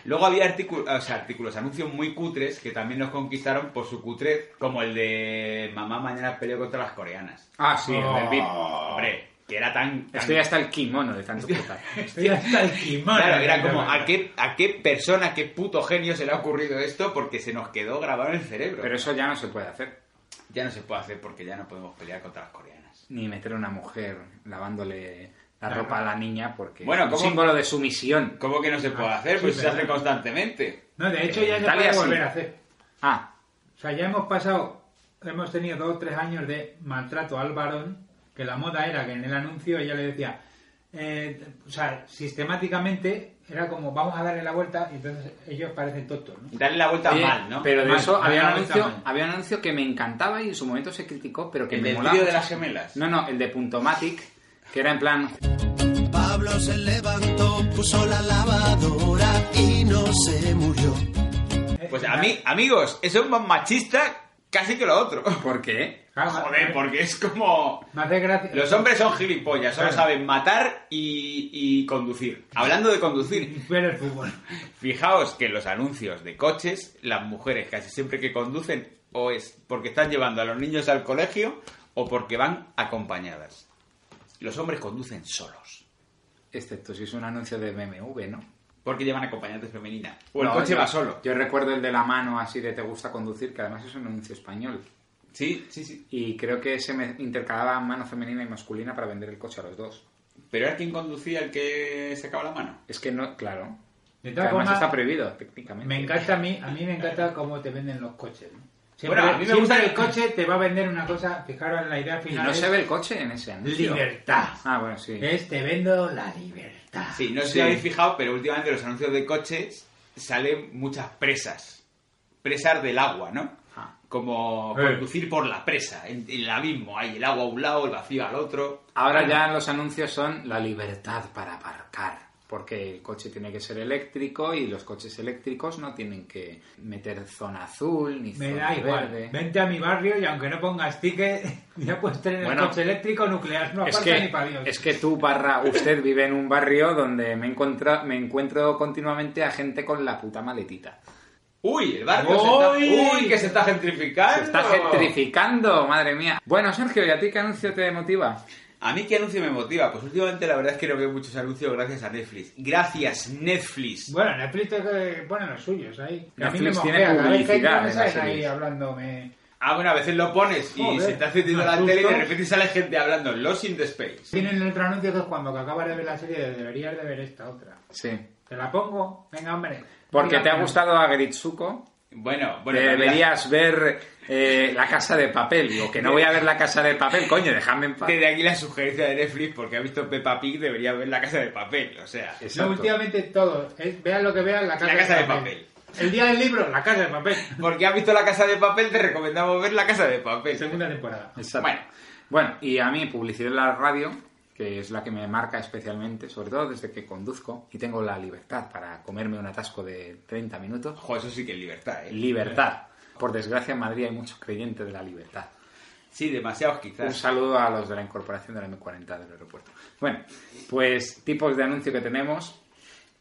Speaker 3: Luego había artículos, o sea, artículos, anuncios muy cutres que también nos conquistaron por su cutrez, como el de Mamá mañana peleó contra las coreanas.
Speaker 2: Ah, sí, el del beat.
Speaker 3: Hombre, que era tan... tan-
Speaker 2: Estoy hasta el kimono de tanto putar.
Speaker 4: Oh. Estoy hasta el kimono.
Speaker 3: Claro, que era como, ¿a qué, ¿a qué persona, qué puto genio se le ha ocurrido esto? Porque se nos quedó grabado en el cerebro.
Speaker 2: Pero eso ya no se puede hacer.
Speaker 3: ya no se puede hacer porque ya no podemos pelear contra las coreanas.
Speaker 2: Ni meter a una mujer lavándole la ropa a la niña porque
Speaker 3: Bueno,
Speaker 2: es un
Speaker 3: ¿cómo-
Speaker 2: símbolo de sumisión.
Speaker 3: ¿Cómo que no
Speaker 2: Ah,
Speaker 3: se puede hacer?
Speaker 4: sí,
Speaker 3: Pues se
Speaker 4: verdad.
Speaker 3: hace constantemente.
Speaker 4: No, de hecho ya se
Speaker 2: Dale
Speaker 4: puede
Speaker 2: así.
Speaker 4: volver a hacer.
Speaker 2: Ah,
Speaker 4: O sea, ya hemos pasado, hemos tenido dos o tres años de maltrato al varón, que la moda era que en el anuncio ella le decía, eh, o sea, sistemáticamente era como vamos a darle la vuelta y entonces ellos parecen tontos, ¿no?
Speaker 3: Darle la vuelta
Speaker 2: oye,
Speaker 3: mal, ¿no?
Speaker 2: Eh, pero de
Speaker 4: Mal,
Speaker 2: eso
Speaker 4: mal,
Speaker 2: había un,
Speaker 4: mal,
Speaker 2: anuncio,
Speaker 4: mal.
Speaker 2: había un anuncio que me encantaba y en su momento se criticó, pero que
Speaker 3: el
Speaker 2: me
Speaker 3: del
Speaker 2: molaba.
Speaker 3: vídeo de las gemelas.
Speaker 2: No, no, el de Puntomatic, que era en plan,
Speaker 10: Pablo se levantó, puso la lavadora y no se murió.
Speaker 4: Eh,
Speaker 3: Pues a mí, amigos, eso es más machista casi que lo otro.
Speaker 2: ¿por qué?
Speaker 4: Claro,
Speaker 3: Joder, porque es como...
Speaker 4: Me hace gracia.
Speaker 3: Los hombres son gilipollas, solo
Speaker 4: Claro.
Speaker 3: saben matar y, y conducir. Hablando de conducir,
Speaker 4: Ver el fútbol.
Speaker 3: fijaos que en los anuncios de coches, las mujeres casi siempre que conducen o es porque están llevando a los niños al colegio o porque van acompañadas. Los hombres conducen solos,
Speaker 2: Excepto si Este, es un anuncio de BMW, ¿no?
Speaker 3: porque llevan acompañantes femenina. O el
Speaker 2: No,
Speaker 3: coche
Speaker 2: yo-
Speaker 3: va solo.
Speaker 2: Yo recuerdo el de la mano así de te gusta conducir, que además es un anuncio español.
Speaker 3: Sí, sí, sí.
Speaker 2: Y creo que se me intercalaba mano femenina y masculina para vender el coche a los dos.
Speaker 3: ¿Pero era quien conducía el que sacaba la mano?
Speaker 2: Es que no, claro.
Speaker 4: De todas
Speaker 2: Además
Speaker 4: formas,
Speaker 2: está prohibido, técnicamente.
Speaker 4: Me encanta a mí, a mí me encanta cómo te venden los coches. ¿no? Siempre,
Speaker 2: Bueno, a mí me
Speaker 4: siempre
Speaker 2: gusta
Speaker 4: el coche te va a vender una cosa, fijaros en la idea
Speaker 2: Y
Speaker 4: final.
Speaker 2: no
Speaker 4: es-
Speaker 2: se ve el coche en ese anuncio.
Speaker 4: Libertad. Eh,
Speaker 2: Ah, bueno, sí.
Speaker 4: es te este vendo la libertad.
Speaker 3: Sí, no sé
Speaker 2: Sí.
Speaker 3: si habéis fijado, pero últimamente los anuncios de coches salen muchas presas. Presas del agua, ¿no? Como
Speaker 2: Ah. Eh.
Speaker 3: conducir por la presa, en en el abismo. Hay el agua a un lado, el vacío al otro.
Speaker 2: Ahora ya los anuncios son la libertad para aparcar, porque el coche tiene que ser eléctrico y los coches eléctricos no tienen que meter zona azul ni
Speaker 4: Me
Speaker 2: zona
Speaker 4: da igual.
Speaker 2: verde.
Speaker 4: Vente a mi barrio y aunque no pongas ticket, ya puedes tener
Speaker 2: Bueno,
Speaker 4: el coche eléctrico nuclear. No
Speaker 2: Es
Speaker 4: aparta ni
Speaker 2: que,
Speaker 4: para Dios.
Speaker 2: es que tú, barra, usted vive en un barrio donde me encuentro, me encuentro continuamente a gente con la puta maletita.
Speaker 3: ¡Uy! El barrio se está... ¡Uy! Que se está gentrificando.
Speaker 2: Se está gentrificando, madre mía. Bueno, Sergio, ¿y a ti qué anuncio te motiva?
Speaker 3: ¿A mí qué anuncio me motiva? Pues últimamente la verdad es que no veo muchos anuncios gracias a Netflix. Gracias, Netflix.
Speaker 4: Bueno, Netflix te pone los suyos ahí. Que
Speaker 3: Netflix
Speaker 4: a mí me
Speaker 3: tiene
Speaker 4: mosquea, cada vez que entro
Speaker 3: publicidad
Speaker 4: me
Speaker 3: en
Speaker 4: salen
Speaker 3: las
Speaker 4: ahí
Speaker 3: series.
Speaker 4: hablándome.
Speaker 3: Ah, bueno, a veces lo pones y
Speaker 4: Joder,
Speaker 3: se te hace tiendo
Speaker 4: me
Speaker 3: la tele y de
Speaker 4: asusto.
Speaker 3: repente sale gente hablando Lost in the Space.
Speaker 4: Tienen el otro anuncio que es cuando que acabas de ver la serie de deberías de ver esta otra.
Speaker 2: Sí.
Speaker 4: ¿Te la pongo? Venga, hombre.
Speaker 2: Porque
Speaker 4: Mira,
Speaker 2: te ha
Speaker 4: mira.
Speaker 2: gustado Agritsuko.
Speaker 3: Bueno,
Speaker 2: Bueno, Eh, deberías ver eh, La Casa de Papel. Digo, que no voy a ver La Casa de Papel, coño, déjame en paz.
Speaker 3: Desde aquí la sugerencia de Netflix, porque ha visto Peppa Pig, debería ver La Casa de Papel, o sea...
Speaker 4: No, últimamente todo. Es- vean lo que vean, la casa,
Speaker 3: La Casa de Papel.
Speaker 4: El día del libro, la casa de papel.
Speaker 3: Porque has visto La Casa de Papel, te recomendamos ver La Casa de Papel.
Speaker 4: Segunda temporada.
Speaker 2: Exacto. Bueno. Bueno, y a mí publicidad en la radio, que es la que me marca especialmente, sobre todo desde que conduzco y tengo la libertad para comerme un atasco de 30 minutos.
Speaker 3: Ojo, eso sí que es libertad, ¿eh?
Speaker 2: Libertad. Por desgracia, en Madrid hay muchos creyentes de la libertad.
Speaker 3: Sí, demasiados
Speaker 2: Un
Speaker 3: quizás.
Speaker 2: saludo a los de la incorporación de la M40 del aeropuerto. Bueno, pues tipos de anuncio que tenemos,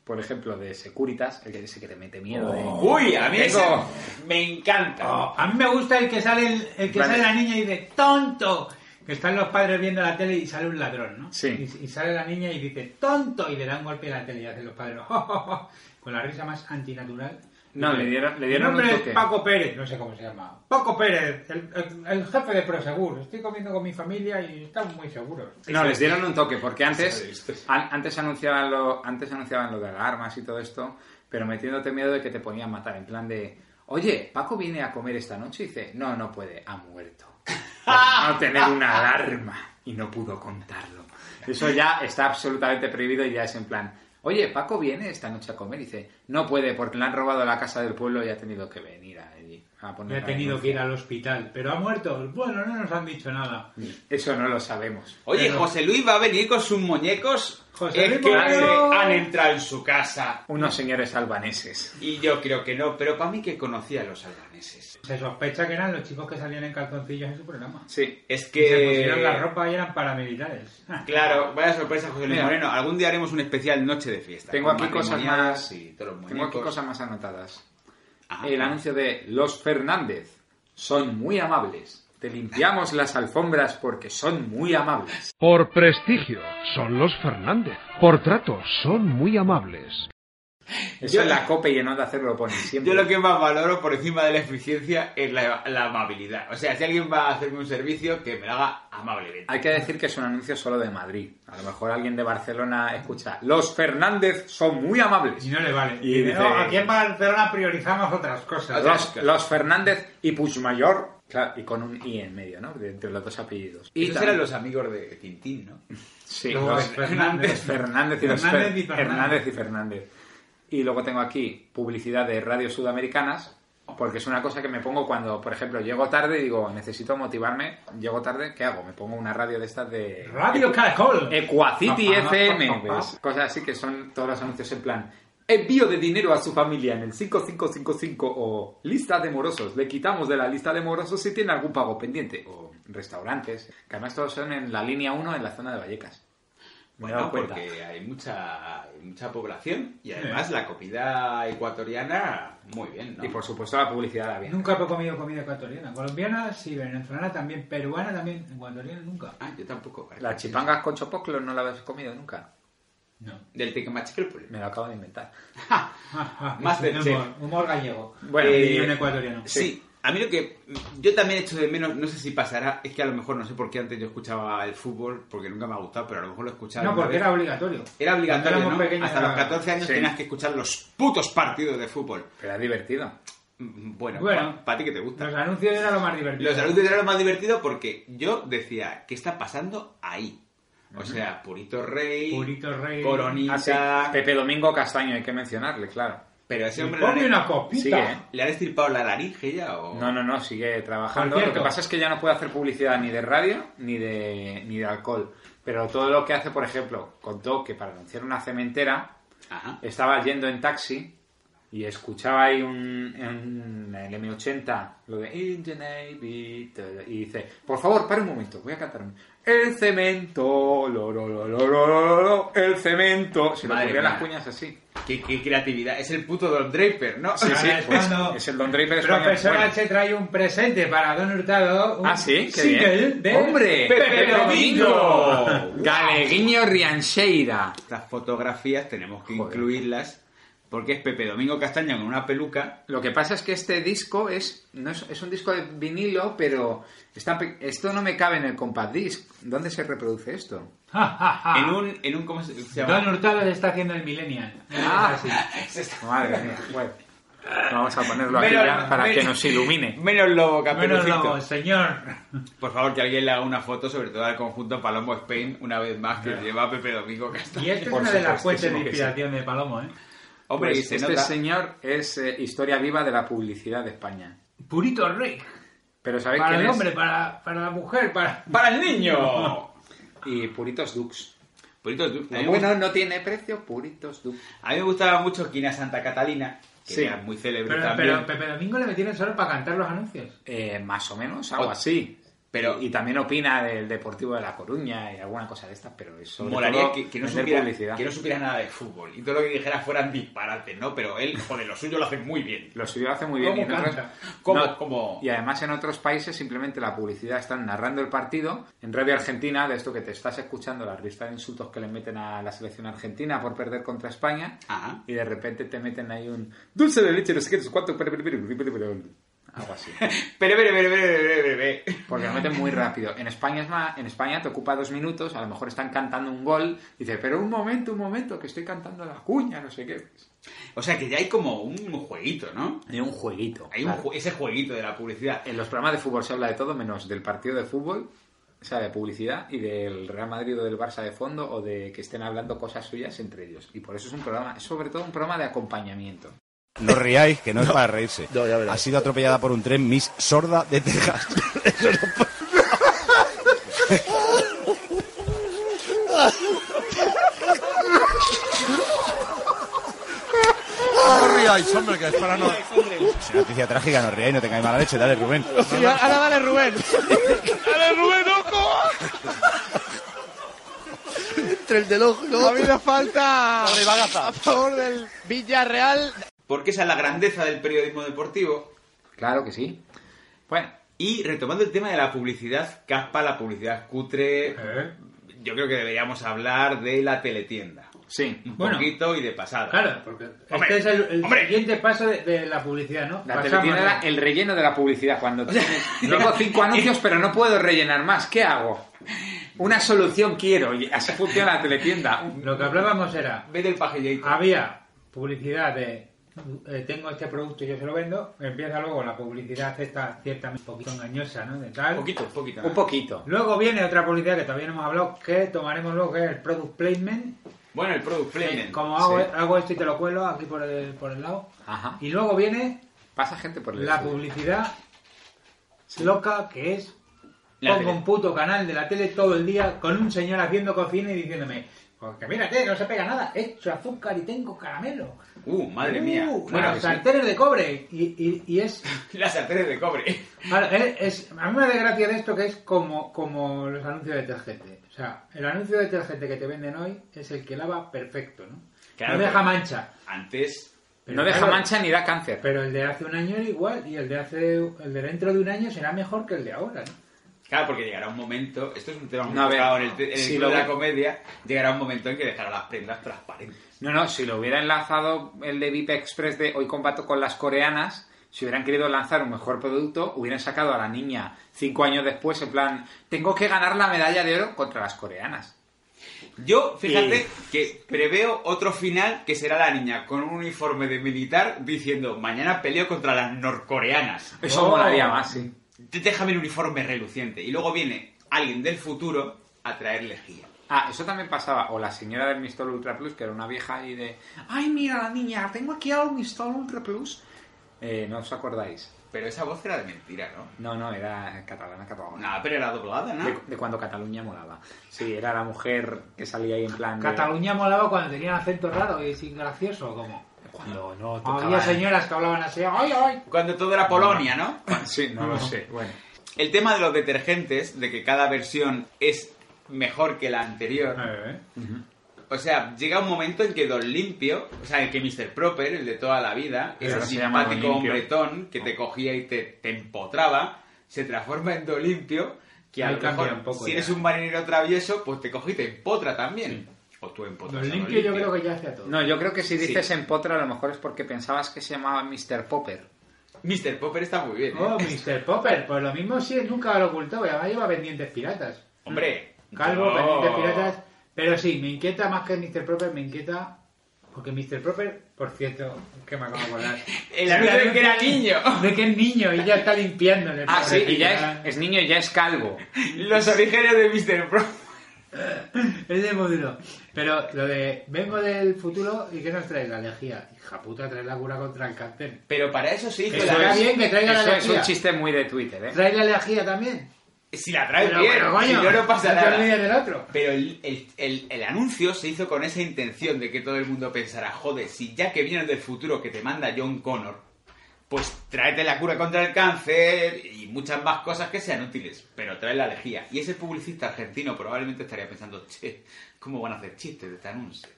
Speaker 2: por ejemplo, de Securitas, el que dice que te mete miedo. de-
Speaker 3: Oh. Uy, a mí
Speaker 2: Tengo-
Speaker 3: ese me encanta.
Speaker 4: Oh, A mí me gusta el que sale el, el que
Speaker 2: Vale.
Speaker 4: sale la niña y dice tonto. Que están los padres viendo la tele y sale un ladrón, ¿no?
Speaker 2: Sí.
Speaker 4: Y, y sale la niña y dice tonto y le dan golpe a la tele y hacen los padres "Oh, con la risa más antinatural.
Speaker 2: No, le dieron, le dieron
Speaker 4: Mi nombre
Speaker 2: un
Speaker 4: es
Speaker 2: toque.
Speaker 4: Paco Pérez, no sé cómo se llama. Paco Pérez, el, el- el jefe de Prosegur. Estoy comiendo con mi familia y estamos muy seguros.
Speaker 2: No, les dieron un toque, porque
Speaker 3: Sí, lo he visto.
Speaker 2: antes, an- antes, anunciaban lo, antes anunciaban lo de alarmas y todo esto, pero metiéndote miedo de que te ponían a matar, en plan de, oye, Paco viene a comer esta noche y dice, no, no puede, ha muerto. Por no tener una alarma y no pudo contarlo. Eso ya está absolutamente prohibido y ya es en plan, oye, Paco viene esta noche a comer y dice, no puede porque le han robado la casa del pueblo y ha tenido que venir allí. A poner
Speaker 4: Me ha
Speaker 2: la
Speaker 4: tenido que ir
Speaker 2: denuncia".
Speaker 4: al hospital, pero ha muerto. Bueno, no nos han dicho nada.
Speaker 2: Eso no lo sabemos.
Speaker 3: Oye,
Speaker 4: Pero-
Speaker 3: José Luis va a venir con sus muñecos.
Speaker 4: José
Speaker 3: es
Speaker 4: Luis
Speaker 3: que
Speaker 4: Moreno.
Speaker 3: han entrado en su casa.
Speaker 2: Unos señores albaneses.
Speaker 3: Y yo creo que no, pero para mí que conocía a los albaneses.
Speaker 4: Se sospecha que eran los chicos que salían en calzoncillos en su programa.
Speaker 2: Sí,
Speaker 3: Es
Speaker 4: Que se pusieron la
Speaker 3: que...
Speaker 4: ropa y eran paramilitares. Ah,
Speaker 3: Claro, vaya sorpresa, José Luis
Speaker 2: Mira.
Speaker 3: Moreno. Algún día haremos un especial noche de fiesta.
Speaker 2: Tengo
Speaker 3: con
Speaker 2: aquí cosas
Speaker 3: matrimoniadas
Speaker 2: más-
Speaker 3: y todos los
Speaker 2: Tengo aquí
Speaker 3: muñecos.
Speaker 2: cosas más anotadas.
Speaker 3: Ah,
Speaker 2: El anuncio de Los Fernández. Son muy amables. Te limpiamos las alfombras porque son muy amables.
Speaker 12: Por prestigio, son los Fernández. Por trato, son muy amables.
Speaker 2: Eso en la copa y en onda hacerlo ponen siempre.
Speaker 3: Yo lo que más valoro por encima de la eficiencia es la, la amabilidad. O sea, si alguien va a hacerme un servicio, que me lo haga amablemente.
Speaker 2: Hay que decir que es un anuncio solo de Madrid. A lo mejor alguien de Barcelona escucha. Los Fernández son muy amables.
Speaker 4: Y no le vale.
Speaker 2: Y
Speaker 4: Y dice,
Speaker 2: dice-
Speaker 4: "No, aquí en Barcelona priorizamos otras cosas.
Speaker 2: Los, los Fernández y Puigmayor. Claro, y con un I en medio, ¿no? De- entre los dos apellidos.
Speaker 3: Y
Speaker 2: Y
Speaker 3: Esos
Speaker 2: también-
Speaker 3: eran los amigos de Tintín, ¿no?
Speaker 2: Sí,
Speaker 4: Los
Speaker 2: los Fernández,
Speaker 4: Fernández.
Speaker 2: Fernández y los
Speaker 4: Fernández
Speaker 2: Fer-
Speaker 4: y Fernández.
Speaker 2: Hernández y Fernández. Y luego tengo aquí publicidad de radios sudamericanas, porque es una cosa que me pongo cuando, por ejemplo, llego tarde y digo, necesito motivarme, llego tarde, ¿qué hago? Me pongo una radio de estas de...
Speaker 4: Radio Caracol.
Speaker 2: Eh, Equacity
Speaker 4: Papá,
Speaker 2: FM,
Speaker 4: papá.
Speaker 2: ¿ves? Cosas así que son todos los anuncios en plan... Envío de dinero a su familia en el 5555 o lista de morosos. Le quitamos de la lista de morosos si tiene algún pago pendiente. O restaurantes. Que además todos son en la línea 1 en la zona de Vallecas. Me he
Speaker 3: Bueno, pues
Speaker 2: dado cuenta.
Speaker 3: porque hay mucha, hay mucha población y además la comida ecuatoriana, muy bien, ¿no?
Speaker 2: Y por supuesto la publicidad la bien.
Speaker 4: Nunca he comido comida ecuatoriana. Colombiana sí, venezolana también, peruana también, ecuatoriana nunca.
Speaker 3: Ah, yo tampoco. ¿vale?
Speaker 2: Las chipangas con chopoclo no la habéis comido nunca.
Speaker 4: No.
Speaker 3: Del pues. tequemachique el pueblo.
Speaker 2: Me lo acabo de inventar.
Speaker 4: Ah, ah,
Speaker 3: Más
Speaker 4: es un
Speaker 3: de
Speaker 4: humor, humor gallego.
Speaker 2: Bueno,
Speaker 4: Eh,
Speaker 2: y-
Speaker 4: y un ecuatoriano.
Speaker 3: Sí. A mí lo que yo también echo de menos, no sé si pasará, es que a lo mejor no sé por qué antes yo escuchaba el fútbol, porque nunca me ha gustado, pero a lo mejor lo escuchaba.
Speaker 4: No,
Speaker 3: una
Speaker 4: porque
Speaker 3: vez.
Speaker 4: era obligatorio.
Speaker 3: Era obligatorio,
Speaker 4: Cuando éramos
Speaker 3: ¿no?
Speaker 4: pequeños
Speaker 3: Hasta
Speaker 4: era-
Speaker 3: los 14 años
Speaker 4: Sí.
Speaker 3: tenías que escuchar los putos partidos de fútbol. Mm,
Speaker 2: Pero es divertido.
Speaker 3: Bueno,
Speaker 4: Bueno.
Speaker 3: para ti que te gusta.
Speaker 4: Los anuncios era lo más divertido.
Speaker 3: Los anuncios eran lo más divertido porque yo decía, ¿qué está pasando ahí? O sea, Purito Rey,
Speaker 4: Purito Rey,
Speaker 3: Coronita...
Speaker 2: Ah, sí. Pepe Domingo Castaño, hay que mencionarle, claro.
Speaker 3: Pero ese
Speaker 2: Y
Speaker 3: hombre...
Speaker 2: ponme
Speaker 3: le han-
Speaker 2: una copita.
Speaker 3: Sigue, ¿eh? ¿Le han estirpado la laringe ya o...?
Speaker 2: No, no, no, sigue trabajando.
Speaker 3: Por
Speaker 2: Lo
Speaker 3: cierto.
Speaker 2: que pasa es que ya no puede hacer publicidad ni de radio ni de, ni de alcohol. Pero todo lo que hace, por ejemplo, contó que para anunciar una cementera estaba yendo en taxi y escuchaba ahí un, en el M80 lo de "In the Navy", y dice, por favor, para un momento, voy a cantar un... El cemento, lo, lo, lo, lo, lo, lo, lo, el cemento. Se le
Speaker 3: Madre
Speaker 2: ocurrían las
Speaker 3: mía.
Speaker 2: cuñas así.
Speaker 3: Qué, qué creatividad. Es el puto Don Draper, ¿no?
Speaker 2: Sí, sí,
Speaker 4: Ahora es
Speaker 2: pues,
Speaker 4: cuando-
Speaker 2: es el Don Draper español.
Speaker 4: Profesor
Speaker 2: Bueno.
Speaker 4: H trae un presente para Don Hurtado. Un
Speaker 2: Ah, sí, qué
Speaker 4: single
Speaker 2: bien.
Speaker 4: de
Speaker 2: ¡Hombre!
Speaker 4: Pepe Domingo.
Speaker 2: Galeguinho Riancheira.
Speaker 3: Estas fotografías tenemos que incluirlas porque es Pepe Domingo Castaño con una peluca.
Speaker 2: Lo que pasa es que este disco es, no es, es un disco de vinilo, pero está pe- esto no me cabe en el compact disc. ¿Dónde se reproduce esto?
Speaker 4: Ah.
Speaker 3: En un, en un ¿cómo se se llama?
Speaker 4: Don Hurtado le está haciendo el millennial.
Speaker 2: Ah.
Speaker 4: Es así.
Speaker 2: Madre mía. Bueno, vamos a ponerlo aquí
Speaker 3: Menos-
Speaker 2: ya para
Speaker 3: menos-
Speaker 2: que nos ilumine.
Speaker 3: Menos lobo,
Speaker 4: Menos
Speaker 3: Caperucito.
Speaker 4: lobo, señor.
Speaker 3: Por favor, que alguien le haga una foto, sobre todo al conjunto Palomo Spain, una vez más, que lleva a Pepe Domingo Castaño.
Speaker 4: Y esta es
Speaker 3: Por
Speaker 4: una de las
Speaker 3: supuestísimo
Speaker 4: fuentes de
Speaker 3: que sí.
Speaker 4: inspiración de Palomo, ¿eh?
Speaker 3: Hombre,
Speaker 2: Pues
Speaker 3: y se
Speaker 2: este
Speaker 3: nota-
Speaker 2: señor es eh, historia viva de la publicidad de España.
Speaker 4: Purito Rey.
Speaker 2: Pero ¿sabéis
Speaker 4: Para
Speaker 2: quién
Speaker 4: el
Speaker 2: es?
Speaker 4: hombre, para, para la mujer, para...
Speaker 3: ¡Para el niño!
Speaker 2: Y Puritos Dux.
Speaker 3: Purito, tú- a mí me
Speaker 2: Bueno, no tiene precio, Puritos Dux.
Speaker 3: A mí me gustaba mucho Quina Santa Catalina, que
Speaker 2: Sí.
Speaker 3: era muy célebre
Speaker 4: Pero,
Speaker 3: también.
Speaker 4: pero Pepe Domingo le metieron solo para cantar los anuncios.
Speaker 2: Eh, más o menos, algo así. Pero, y también opina del Deportivo de La Coruña y alguna cosa de estas, pero eso.
Speaker 3: Molaría que, que no supiera, que no supiera nada de fútbol y todo lo que dijera fueran disparates, ¿no? Pero él, joder, lo suyo lo hace muy bien.
Speaker 2: Lo suyo lo hace muy bien.
Speaker 3: ¿Cómo
Speaker 2: y, en otros-
Speaker 3: canta? ¿Cómo-
Speaker 2: No,
Speaker 3: cómo?
Speaker 2: y además en otros países simplemente la publicidad están narrando el partido. En Radio Argentina, de esto que te estás escuchando, la lista de insultos que le meten a la selección argentina por perder contra España,
Speaker 3: Ajá.
Speaker 2: y de repente te meten ahí un dulce de leche, no sé qué, no sé cuánto, pero, pero, pero, pero, pero", algo así.
Speaker 3: Pero, pero, pero, pero, pero, pero, pero.
Speaker 2: Porque lo meten muy rápido. En España, es más, en España te ocupa dos minutos, a lo mejor están cantando un gol, y dices, pero un momento, un momento, que estoy cantando la cuña, no sé qué.
Speaker 3: O sea que ya hay como un jueguito, ¿no?
Speaker 2: Hay un jueguito.
Speaker 3: Hay un
Speaker 2: claro.
Speaker 3: ju- ese jueguito de la publicidad.
Speaker 2: En los programas de fútbol se habla de todo menos del partido de fútbol, o sea, de publicidad, y del Real Madrid o del Barça de fondo, o de que estén hablando cosas suyas entre ellos. Y por eso es un programa, es sobre todo un programa de acompañamiento.
Speaker 13: No riáis, que no, es para reírse. ha sido atropellada por un tren Miss Sorda de Texas. Eso no puede- No riáis, hombre, que es para no. Es una noticia trágica, no riáis, no tengáis mala leche, dale, Rubén.
Speaker 14: ahora dale Rubén. Dale Rubén, ojo. Entre el del ojo. Ha habido falta a favor del Villarreal.
Speaker 3: Porque esa es la grandeza del periodismo deportivo.
Speaker 2: Claro que sí. Bueno,
Speaker 3: Y retomando el tema de la publicidad caspa, la publicidad cutre, yo creo que deberíamos hablar de la teletienda.
Speaker 2: sí.
Speaker 3: Un
Speaker 4: Bueno.
Speaker 3: poquito y de pasada.
Speaker 4: Claro, porque
Speaker 3: Hombre,
Speaker 4: este es el, el siguiente paso de, de la publicidad, ¿no?
Speaker 2: La
Speaker 4: Pasamos
Speaker 2: teletienda
Speaker 4: a-
Speaker 2: era el relleno de la publicidad. Cuando tienes- tengo cinco anuncios, pero no puedo rellenar más. ¿Qué hago? Una solución quiero. Y así funciona la teletienda.
Speaker 4: Lo que hablábamos era,
Speaker 3: Vete el pajilleito.
Speaker 4: había publicidad de eh, tengo este producto y yo se lo vendo, empieza luego la publicidad esta ciertamente un poquito engañosa, ¿no? De tal.
Speaker 3: Poquito, poquito.
Speaker 2: Un poquito.
Speaker 4: Luego viene otra publicidad que todavía no hemos hablado, que tomaremos luego, que es el product placement.
Speaker 3: Bueno, el product placement.
Speaker 4: Como hago,
Speaker 3: Sí.
Speaker 4: hago esto y te lo cuelo aquí por el, por el lado.
Speaker 2: Ajá.
Speaker 4: Y luego viene
Speaker 2: Pasa gente por el
Speaker 4: la
Speaker 2: estudio.
Speaker 4: publicidad loca que es
Speaker 3: La
Speaker 4: pongo
Speaker 3: tele.
Speaker 4: un puto canal de la tele todo el día con un señor haciendo cocina y diciéndome porque mírate, no se pega nada, he hecho azúcar y tengo caramelo.
Speaker 3: Uh, madre mía.
Speaker 4: Uh,
Speaker 3: Claro
Speaker 4: bueno,
Speaker 3: que sí.
Speaker 4: sartenes de cobre. Y, y- y es,
Speaker 3: Las sartenes de cobre.
Speaker 4: claro, es- es- A mí me da gracia de esto que es como, como los anuncios de detergente. O sea, el anuncio de detergente que te venden hoy es el que lava perfecto, ¿no?
Speaker 3: Claro,
Speaker 4: no
Speaker 3: pero-
Speaker 4: deja mancha.
Speaker 3: Antes.
Speaker 4: Pero
Speaker 2: No deja
Speaker 4: claro,
Speaker 2: mancha ni da cáncer.
Speaker 4: Pero el de hace un año era igual y el de hace el de dentro de un año será mejor que el de ahora, ¿no?
Speaker 3: Claro, porque llegará un momento. Esto es un tema muy
Speaker 2: No, a ver,
Speaker 3: tocado en el, te- en el
Speaker 2: si
Speaker 3: club
Speaker 2: lo
Speaker 3: de la
Speaker 2: ve-
Speaker 3: comedia. Llegará un momento en que dejará las prendas transparentes.
Speaker 2: No, no, si lo hubiera enlazado el de VIP Express de Hoy combato con las coreanas, si hubieran querido lanzar un mejor producto, hubieran sacado a la niña cinco años después en plan, tengo que ganar la medalla de oro contra las coreanas.
Speaker 3: Yo, fíjate que preveo otro final que será la niña con un uniforme de militar diciendo mañana peleo contra las norcoreanas. Oh.
Speaker 2: Eso
Speaker 4: Oh.
Speaker 2: molaría más, sí.
Speaker 3: "Te- Déjame el uniforme reluciente. Y luego viene alguien del futuro a traer lejía.
Speaker 2: Ah, eso también pasaba. O la señora del Mistol Ultra Plus, que era una vieja y de... Ay, mira la niña, tengo aquí a un Mistol Ultra Plus. Eh, no os acordáis.
Speaker 3: Pero esa voz era de mentira, ¿no?
Speaker 2: No, no, era catalana, catalana.
Speaker 3: No, pero era doblada, ¿no?
Speaker 2: De, de cuando Cataluña molaba. Sí, era la mujer que salía ahí en plan... de-
Speaker 4: Cataluña molaba cuando tenían acento raro y sin gracioso, como.
Speaker 2: Cuando no
Speaker 4: Había señoras que hablaban así, ¡ay, ay!
Speaker 3: Cuando todo era Polonia, ¿no?
Speaker 2: Sí, no lo sé. Bueno.
Speaker 3: El tema de los detergentes, de que cada versión es mejor que la
Speaker 2: Eh,
Speaker 3: anterior. O sea, llega un momento en que Don Limpio, o sea, el que Mr. Proper, el de toda la vida,
Speaker 2: Pero
Speaker 3: ese
Speaker 2: no se llama Don
Speaker 3: simpático
Speaker 2: Limpio.
Speaker 3: hombretón que te cogía y te, te empotraba, se transforma en Don Limpio, que a
Speaker 4: Ahí
Speaker 3: lo
Speaker 4: cambia
Speaker 3: mejor,
Speaker 4: un poco
Speaker 3: si
Speaker 4: ya.
Speaker 3: eres un marinero travieso, pues te cogí y te empotra también. O tú empotras
Speaker 4: Los
Speaker 3: a Don
Speaker 4: limpios yo
Speaker 3: Limpio.
Speaker 4: creo que ya hacía todo.
Speaker 2: No, yo creo que si dices
Speaker 3: Sí.
Speaker 2: empotra, a lo mejor es porque pensabas que se llamaba Mr. Popper.
Speaker 3: Mr. Popper está muy bien. ¿eh?
Speaker 4: Oh, Mr. Popper, pues lo mismo sí, nunca lo ocultó, y además lleva pendientes piratas.
Speaker 3: Hombre.
Speaker 4: Calvo,
Speaker 3: no.
Speaker 4: pendientes piratas. Pero sí, me inquieta más que Mr. Proper, me inquieta. Porque Mr. Proper, por cierto, que me acabo de acordar.
Speaker 3: El
Speaker 4: Se
Speaker 3: anuncio
Speaker 4: habla
Speaker 3: de que era niño.
Speaker 4: De que es niño y ya está limpiando en el
Speaker 2: Ah, sí,
Speaker 4: pobre
Speaker 2: y ya
Speaker 4: final.
Speaker 2: es, es niño y ya es calvo.
Speaker 3: Los orígenes de Mr. Proper.
Speaker 4: Es de módulo. Pero lo de vengo del futuro y que nos traes la lejía. Hija puta, trae la cura contra el cáncer.
Speaker 3: Pero para eso sí, hizo
Speaker 4: Eso
Speaker 3: la-
Speaker 4: era bien que traiga la
Speaker 2: Eso es un
Speaker 4: lejía.
Speaker 2: chiste muy de Twitter, ¿eh?
Speaker 4: Trae la lejía también.
Speaker 3: Si la traes
Speaker 4: Pero,
Speaker 3: bien,
Speaker 4: pero, coño,
Speaker 3: si no, no pasa
Speaker 4: no te
Speaker 3: nada.
Speaker 4: olvides del otro.
Speaker 3: Pero el, el- el- el anuncio se hizo con esa intención de que todo el mundo pensara, joder, si ya que vienes del futuro que te manda John Connor, pues tráete la cura contra el cáncer y muchas más cosas que sean útiles, pero trae la lejía. Y ese publicista argentino probablemente estaría pensando, che, ¿cómo van a hacer chistes de este anuncio?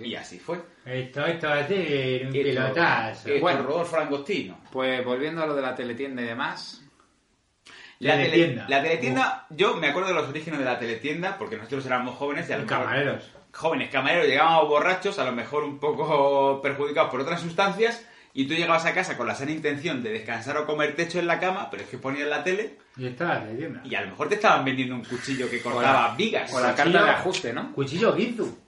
Speaker 3: Y así fue.
Speaker 4: Esto, esto va a ser un
Speaker 3: Esto-
Speaker 4: pilotazo.
Speaker 3: esto,
Speaker 2: Bueno.
Speaker 3: Rodolfo Langostino.
Speaker 2: Pues volviendo a lo de la teletienda y demás,
Speaker 3: La, tele-
Speaker 4: Teletienda.
Speaker 3: la teletienda, yo me acuerdo de los orígenes de la teletienda, porque nosotros éramos jóvenes y a lo mejor-
Speaker 4: Camareros.
Speaker 3: jóvenes camareros, llegábamos borrachos, a lo mejor un poco perjudicados por otras sustancias, y tú llegabas a casa con la sana intención de descansar o comer techo en la cama, pero es que ponías la tele
Speaker 4: Y está la teletienda.
Speaker 3: y a lo mejor te estaban vendiendo un cuchillo que cortaba vigas.
Speaker 2: o la carta de ajuste, ¿no?
Speaker 4: Cuchillo Ginzu.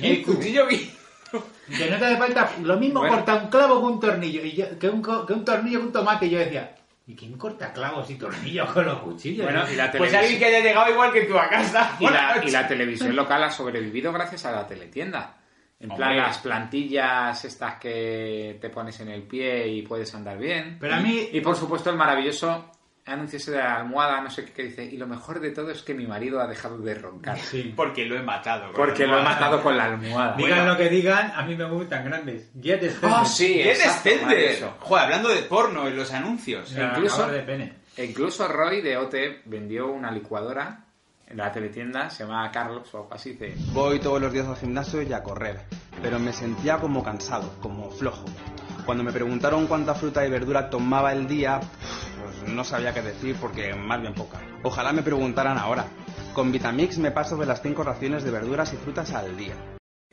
Speaker 3: El cuchillo que...
Speaker 4: Que no te hace falta lo mismo
Speaker 2: Bueno.
Speaker 4: corta un clavo que un tornillo y yo- que, un, co- que un tornillo que un tomate. Y yo decía, ¿y quién corta clavos y tornillos con los cuchillos?
Speaker 2: Bueno, y la
Speaker 3: Pues
Speaker 2: televisión,
Speaker 3: alguien que haya llegado igual que tú a casa.
Speaker 2: y la,
Speaker 3: Buenas
Speaker 2: y la
Speaker 3: noches.
Speaker 2: televisión local ha sobrevivido gracias a la teletienda. En plan,
Speaker 3: Hombre.
Speaker 2: las plantillas estas que te pones en el pie y puedes andar bien.
Speaker 4: Pero a mí-
Speaker 2: Y por supuesto, el maravilloso anuncio ese de la almohada, no sé qué, que dice. Y lo mejor de todo es que mi marido ha dejado de roncar.
Speaker 4: Sí.
Speaker 3: Porque lo he matado. con
Speaker 2: Porque
Speaker 3: la
Speaker 2: lo he
Speaker 3: almohada.
Speaker 2: matado con la almohada.
Speaker 4: Digan lo que digan, a mí me gustan grandes. Jet
Speaker 2: Ah,
Speaker 4: extenders.
Speaker 2: sí,
Speaker 3: ¿Qué
Speaker 2: exacto,
Speaker 3: descender?
Speaker 2: maravilloso.
Speaker 3: Joder, hablando de porno en los anuncios.
Speaker 4: Me la
Speaker 2: incluso-
Speaker 4: acabo de pene.
Speaker 2: E incluso Roy de OT vendió una licuadora en la teletienda, se llamaba Carlos o algo así. Dice,
Speaker 15: Voy todos los días al gimnasio y a correr, pero me sentía como cansado, como flojo. Cuando me preguntaron cuánta fruta y verdura tomaba el día, pues no sabía qué decir porque más bien poca. Ojalá me preguntaran ahora. Con Vitamix me paso de las 5 raciones de verduras y frutas al día.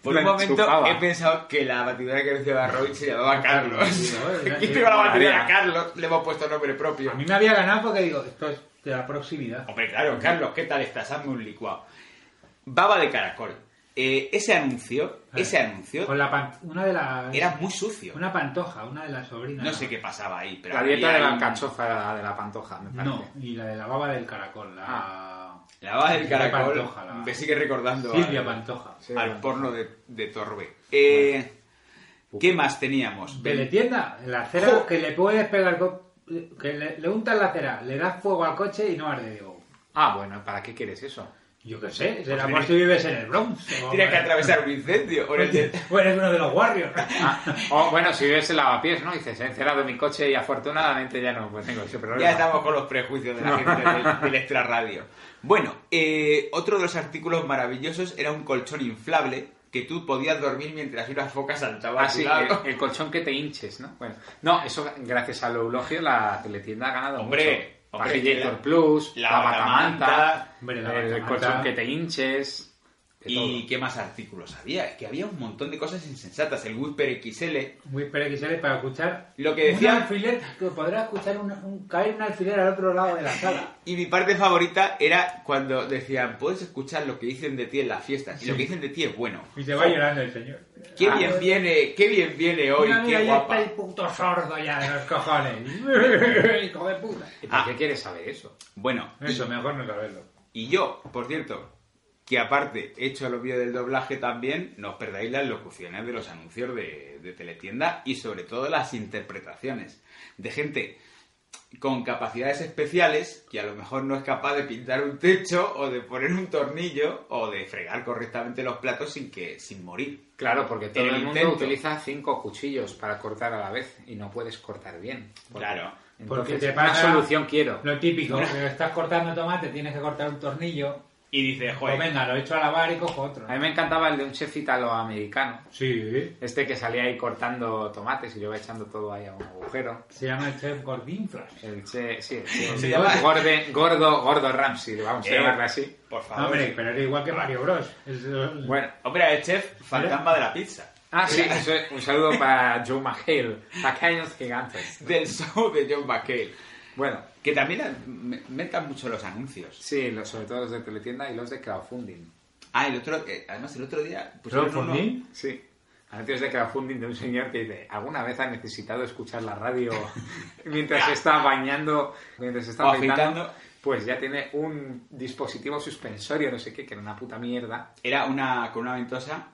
Speaker 3: Por
Speaker 2: Lo
Speaker 3: un momento
Speaker 2: enchufaba.
Speaker 3: he pensado que la batidora que decía Roy se llamaba Carlos.
Speaker 4: Sí, ¿no?
Speaker 3: Aquí tengo la batidora
Speaker 2: Molaría.
Speaker 3: Carlos, le hemos puesto nombre propio.
Speaker 4: A mí me había ganado porque digo, esto es de la proximidad.
Speaker 3: Hombre, claro, Carlos, ¿qué tal estás? Hazme un licuado. Baba de caracol. Eh, ese anuncio, ese anuncio
Speaker 4: Con la pan- una de las...
Speaker 3: era muy sucio.
Speaker 4: Una pantoja, una de las sobrinas.
Speaker 3: No sé qué pasaba ahí, pero
Speaker 2: la dieta
Speaker 3: había
Speaker 2: de la
Speaker 3: un-
Speaker 2: alcachofa era la de la pantoja, me parece.
Speaker 4: No, y la de la baba del caracol, la...
Speaker 3: La baba del
Speaker 4: La
Speaker 3: caracol
Speaker 4: Pantoja, la-
Speaker 3: me sigue recordando
Speaker 4: Silvia
Speaker 3: al,
Speaker 4: Pantoja.
Speaker 2: Sí,
Speaker 3: al
Speaker 2: la-
Speaker 3: porno de, de Torbe. Eh, ¿Qué más teníamos?
Speaker 4: Teletienda, la cera
Speaker 3: Jo.
Speaker 4: que le puedes pegar, co- que le, le untas la cera, le das fuego al coche y no arde, digo.
Speaker 2: Ah, bueno, ¿para qué quieres eso?
Speaker 4: Yo qué sé, será
Speaker 3: Pues
Speaker 4: por si vives en el Bronx. o-
Speaker 3: Tienes que atravesar un incendio. o en el de-
Speaker 4: O eres uno de los Warriors.
Speaker 2: Ah, o bueno, si ves el lavapiés, ¿no? Dices, he encerado mi coche y afortunadamente ya no pues tengo ese problema.
Speaker 3: Ya estamos con los prejuicios de la gente del, del extrarradio. Bueno, eh, otro de los artículos maravillosos era un colchón inflable que tú podías dormir mientras una foca saltaba a
Speaker 2: Ah,
Speaker 3: tu
Speaker 2: sí,
Speaker 3: lado.
Speaker 2: el, el colchón que te hinches, ¿no? Bueno, no, eso gracias al eulogio la teletienda ha ganado
Speaker 3: Hombre,
Speaker 2: mucho.
Speaker 3: hombre,
Speaker 2: Pajillator
Speaker 3: la-
Speaker 2: Plus,
Speaker 3: la
Speaker 2: la,
Speaker 3: batamanta,
Speaker 2: batamanta,
Speaker 4: hombre, la
Speaker 2: el
Speaker 4: batamanta.
Speaker 2: colchón que te hinches,
Speaker 3: ¿Y qué más artículos había? Es que había un montón de cosas insensatas. El Whisper XL.
Speaker 4: Whisper XL para escuchar.
Speaker 3: Lo que decía.
Speaker 4: Un alfiler que podrá escuchar un, un- caer un alfiler al otro lado de la sala.
Speaker 3: Y mi parte favorita era cuando decían: puedes escuchar lo que dicen de ti en las fiestas. Y lo
Speaker 4: Sí.
Speaker 3: que dicen de ti es bueno. Oh,
Speaker 4: Y se va llorando el señor.
Speaker 3: Qué
Speaker 4: Ah,
Speaker 3: bien
Speaker 4: pues.
Speaker 3: viene, qué bien viene hoy,
Speaker 4: Mira, mira,
Speaker 3: qué
Speaker 4: ya
Speaker 3: guapa.
Speaker 4: está el puto sordo ya de los cojones. Hijo de puta.
Speaker 3: qué quieres saber eso? Bueno,
Speaker 4: Eso, mejor no saberlo.
Speaker 3: Y yo, por cierto, que aparte he hecho lo mío del doblaje también, no os perdáis las locuciones de los anuncios de, de teletienda y sobre todo las interpretaciones de gente con capacidades especiales que a lo mejor no es capaz de pintar un techo o de poner un tornillo o de fregar correctamente los platos sin que sin morir.
Speaker 2: Claro, porque todo
Speaker 3: En
Speaker 2: el, mundo
Speaker 3: intento.
Speaker 2: utiliza cinco cuchillos para cortar a la vez y no puedes cortar bien.
Speaker 3: Claro.
Speaker 2: Entonces,
Speaker 4: Porque te
Speaker 2: una
Speaker 4: pasa
Speaker 2: solución quiero.
Speaker 4: Lo típico, que estás cortando tomate, tienes que cortar un tornillo.
Speaker 3: Y dices,
Speaker 4: Pues venga, lo echo a lavar y cojo otro.
Speaker 2: A mí me encantaba el de un chef italoamericano.
Speaker 4: Sí.
Speaker 2: Este que salía ahí cortando tomates y yo iba echando todo ahí a un agujero.
Speaker 4: Se llama el chef Gordinflas.
Speaker 2: El che, sí, el che-
Speaker 4: Se llama-
Speaker 2: Gorde- gordo, gordo Ramsey, vamos a
Speaker 4: Eh,
Speaker 2: llamarle así.
Speaker 3: Por
Speaker 4: No, hombre, pero era igual que Mario Bros. Es, eh,
Speaker 3: Bueno, hombre, el chef fantasma de la pizza.
Speaker 2: Ah, sí, un sa- un saludo para Joe McHale, tacaños gigantes.
Speaker 3: del show de John McHale. Bueno, que también metan mucho los anuncios.
Speaker 2: Sí, los- sobre todo los de teletienda y los de crowdfunding.
Speaker 3: Ah, el otro, eh, además el otro día pusieron uno-
Speaker 2: Sí. Anuncios de crowdfunding de un señor que dice, ¿alguna vez ha necesitado escuchar la radio mientras se está bañando, mientras se
Speaker 3: O
Speaker 2: está
Speaker 3: afeitando?
Speaker 2: afeitando? Pues ya tiene un dispositivo suspensorio, no sé qué, que era una puta mierda.
Speaker 3: Era una con una ventosa,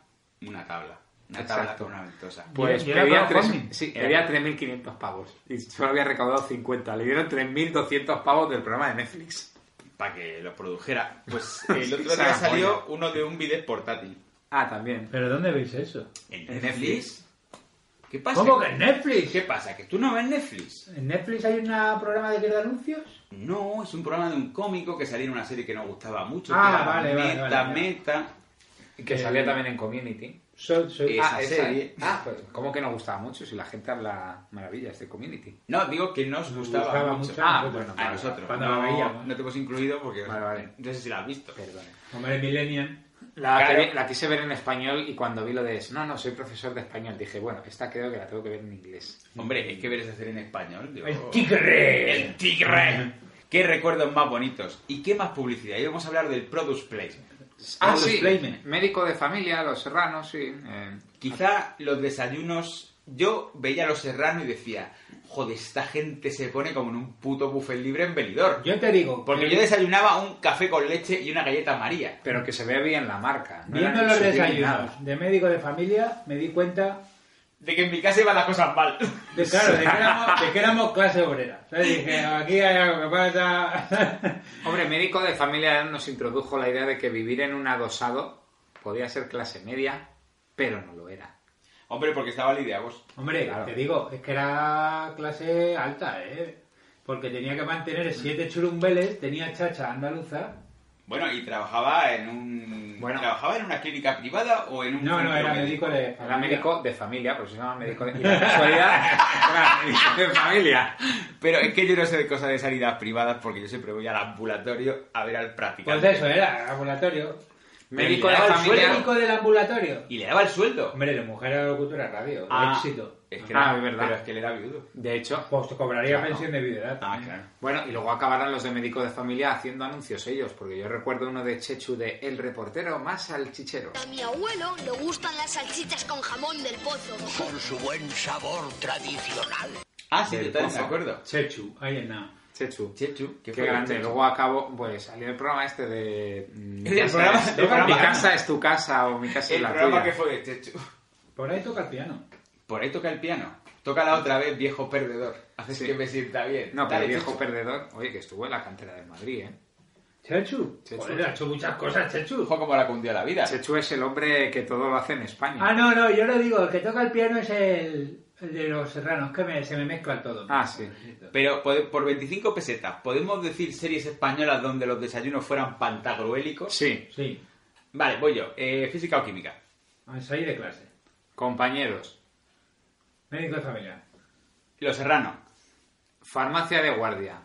Speaker 3: una tabla. Una tabla
Speaker 2: Exacto.
Speaker 3: con una ventosa.
Speaker 2: Pues
Speaker 4: ¿Y era
Speaker 2: pedía, tres-
Speaker 4: crowdfunding?
Speaker 2: sí,
Speaker 3: Era-
Speaker 2: pedía 3.500 pavos y solo había recaudado 50. Le dieron 3.200 pavos del programa de Netflix.
Speaker 3: Para que lo produjera. Pues el otro
Speaker 2: Esa
Speaker 3: día
Speaker 2: era
Speaker 3: salió
Speaker 2: buena.
Speaker 3: uno de un bidet portátil.
Speaker 2: Ah, también.
Speaker 4: ¿Pero dónde veis eso?
Speaker 3: ¿En
Speaker 2: ¿En
Speaker 3: Netflix? ¿Qué pasa?
Speaker 4: ¿Cómo que en Netflix?
Speaker 3: ¿Qué pasa? ¿Que tú no ves Netflix?
Speaker 4: ¿En Netflix hay un programa de que de anuncios?
Speaker 3: No, es un programa de un cómico que salía en una serie que nos gustaba mucho.
Speaker 4: Ah,
Speaker 3: que era
Speaker 4: vale, vale,
Speaker 3: Meta,
Speaker 4: vale, vale.
Speaker 3: Meta.
Speaker 2: Y que
Speaker 4: Eh,
Speaker 2: salía también en Community.
Speaker 4: Soy, soy-
Speaker 3: Esa
Speaker 2: ah,
Speaker 3: serie.
Speaker 2: Ah, pues, ¿cómo que no gustaba mucho? Si la gente habla maravillas de Community.
Speaker 3: No, digo que nos gustaba,
Speaker 4: gustaba
Speaker 3: mucho.
Speaker 4: mucho
Speaker 3: Ah,
Speaker 4: a nosotros.
Speaker 3: bueno, a
Speaker 4: Vale,
Speaker 3: nosotros.
Speaker 4: cuando
Speaker 3: no,
Speaker 4: la veíamos.
Speaker 3: no te hemos incluido porque
Speaker 2: Vale, vale.
Speaker 3: no sé si la has visto.
Speaker 4: Hombre, Millennium.
Speaker 2: La,
Speaker 3: Claro.
Speaker 2: quería- la quise ver en español y cuando vi lo de no, no, soy profesor de español, dije, bueno, esta creo que la tengo que ver en inglés.
Speaker 3: Hombre, es que ver esa serie en español. digo, oh.
Speaker 4: El tigre.
Speaker 3: El tigre. ¿Qué recuerdos más bonitos? ¿Y qué más publicidad? Y vamos a hablar del Produce Placement.
Speaker 2: Ah,
Speaker 3: Produce
Speaker 2: sí,
Speaker 3: Placement.
Speaker 2: médico de familia, los serranos, sí. eh,
Speaker 3: Quizá los desayunos... Yo veía a los serranos y decía, joder, esta gente se pone como en un puto buffet libre en Benidorm.
Speaker 4: Yo te digo,
Speaker 3: Porque
Speaker 4: que
Speaker 3: yo desayunaba un café con leche y una galleta María.
Speaker 2: pero que se ve bien la marca. no era
Speaker 4: viendo
Speaker 2: ni
Speaker 4: los
Speaker 2: sutil ni nada.
Speaker 4: desayunos de médico de familia me di cuenta
Speaker 3: De que en mi casa iban las cosas mal.
Speaker 4: de, claro, de, que, éramos, de que éramos clase obrera. ¿sabes? Dije, aquí hay algo que pasa.
Speaker 2: Hombre, médico de familia nos introdujo la idea de que vivir en un adosado podía ser clase media, pero no lo era.
Speaker 3: Hombre, porque estaba Lidia Vos.
Speaker 4: Hombre,
Speaker 2: Claro.
Speaker 4: te digo, es que era clase alta, ¿eh? Porque tenía que mantener siete churumbeles, tenía chacha andaluza.
Speaker 3: Bueno, y trabajaba en un
Speaker 2: Bueno.
Speaker 3: trabajaba en una clínica privada o en un
Speaker 4: No, no,
Speaker 3: centro
Speaker 4: era
Speaker 3: médico?
Speaker 4: médico de familia.
Speaker 2: Era médico de familia, por eso se llama médico de... Y la casualidad era médico de familia.
Speaker 3: Pero es que yo no sé de cosas de salidas privadas porque yo siempre voy al ambulatorio a ver al
Speaker 4: Pues
Speaker 3: practicante.
Speaker 4: eso, era ambulatorio.
Speaker 2: Médico de
Speaker 3: Pero el
Speaker 2: familia...
Speaker 4: Médico del ambulatorio.
Speaker 3: Y le daba el sueldo.
Speaker 4: Hombre, la mujer era locutora de radio,
Speaker 3: Ah,
Speaker 4: éxito.
Speaker 3: Es que
Speaker 2: Ah,
Speaker 3: era-
Speaker 2: es verdad.
Speaker 3: Pero es que él era viudo.
Speaker 2: De hecho,
Speaker 4: Pues te cobraría
Speaker 2: Claro.
Speaker 4: pensión de ¿eh? viudedad.
Speaker 3: Ah,
Speaker 4: también.
Speaker 3: claro.
Speaker 2: Bueno, y luego acabarán los de médico de familia haciendo anuncios ellos, porque yo recuerdo uno de Chechu de El reportero más al chichero.
Speaker 16: A mi abuelo le gustan las salchitas con jamón del pozo.
Speaker 7: Por su buen sabor tradicional.
Speaker 3: Ah, sí,
Speaker 2: Del pozo.
Speaker 3: totalmente de acuerdo.
Speaker 4: Chechu, ahí en nada.
Speaker 2: Chechu.
Speaker 3: Chechu,
Speaker 2: Qué,
Speaker 3: fue de
Speaker 2: grande.
Speaker 3: Chechu?
Speaker 2: Luego acabo, pues salió el programa este de... mm,
Speaker 3: El
Speaker 2: Mi casa
Speaker 3: programa-
Speaker 2: es-
Speaker 3: el programa-
Speaker 2: Mi casa es tu casa o mi casa es
Speaker 3: El
Speaker 2: la
Speaker 3: programa
Speaker 2: tuya.
Speaker 3: que fue de Chechu.
Speaker 4: Por ahí toca el piano.
Speaker 3: Por ahí toca el piano. Toca la otra vez, viejo perdedor. Haces
Speaker 2: Sí.
Speaker 3: que me sienta bien.
Speaker 2: No, pero
Speaker 3: Dale,
Speaker 2: el viejo
Speaker 3: Chechu.
Speaker 2: perdedor, oye, que estuvo en la cantera del Madrid, ¿eh?
Speaker 4: Chechu.
Speaker 2: Chechu.
Speaker 4: Joder, ha hecho muchas cosas, Chechu.
Speaker 3: Ojo como la cundió la vida.
Speaker 2: Chechu es el hombre que todo lo hace en España.
Speaker 4: Ah, no, no, yo lo digo, el que toca el piano es el, el de los serranos, que me- se me mezcla todo.
Speaker 2: Ah, sí.
Speaker 3: Pero pode- por 25 pesetas, ¿podemos decir series españolas donde los desayunos fueran pantagruélicos?
Speaker 2: Sí,
Speaker 4: Sí,
Speaker 3: Vale, voy yo. Eh, física o química.
Speaker 4: es ahí Ah, de clase.
Speaker 2: compañeros.
Speaker 4: Médico de familia.
Speaker 3: Los Serrano.
Speaker 2: Farmacia de guardia.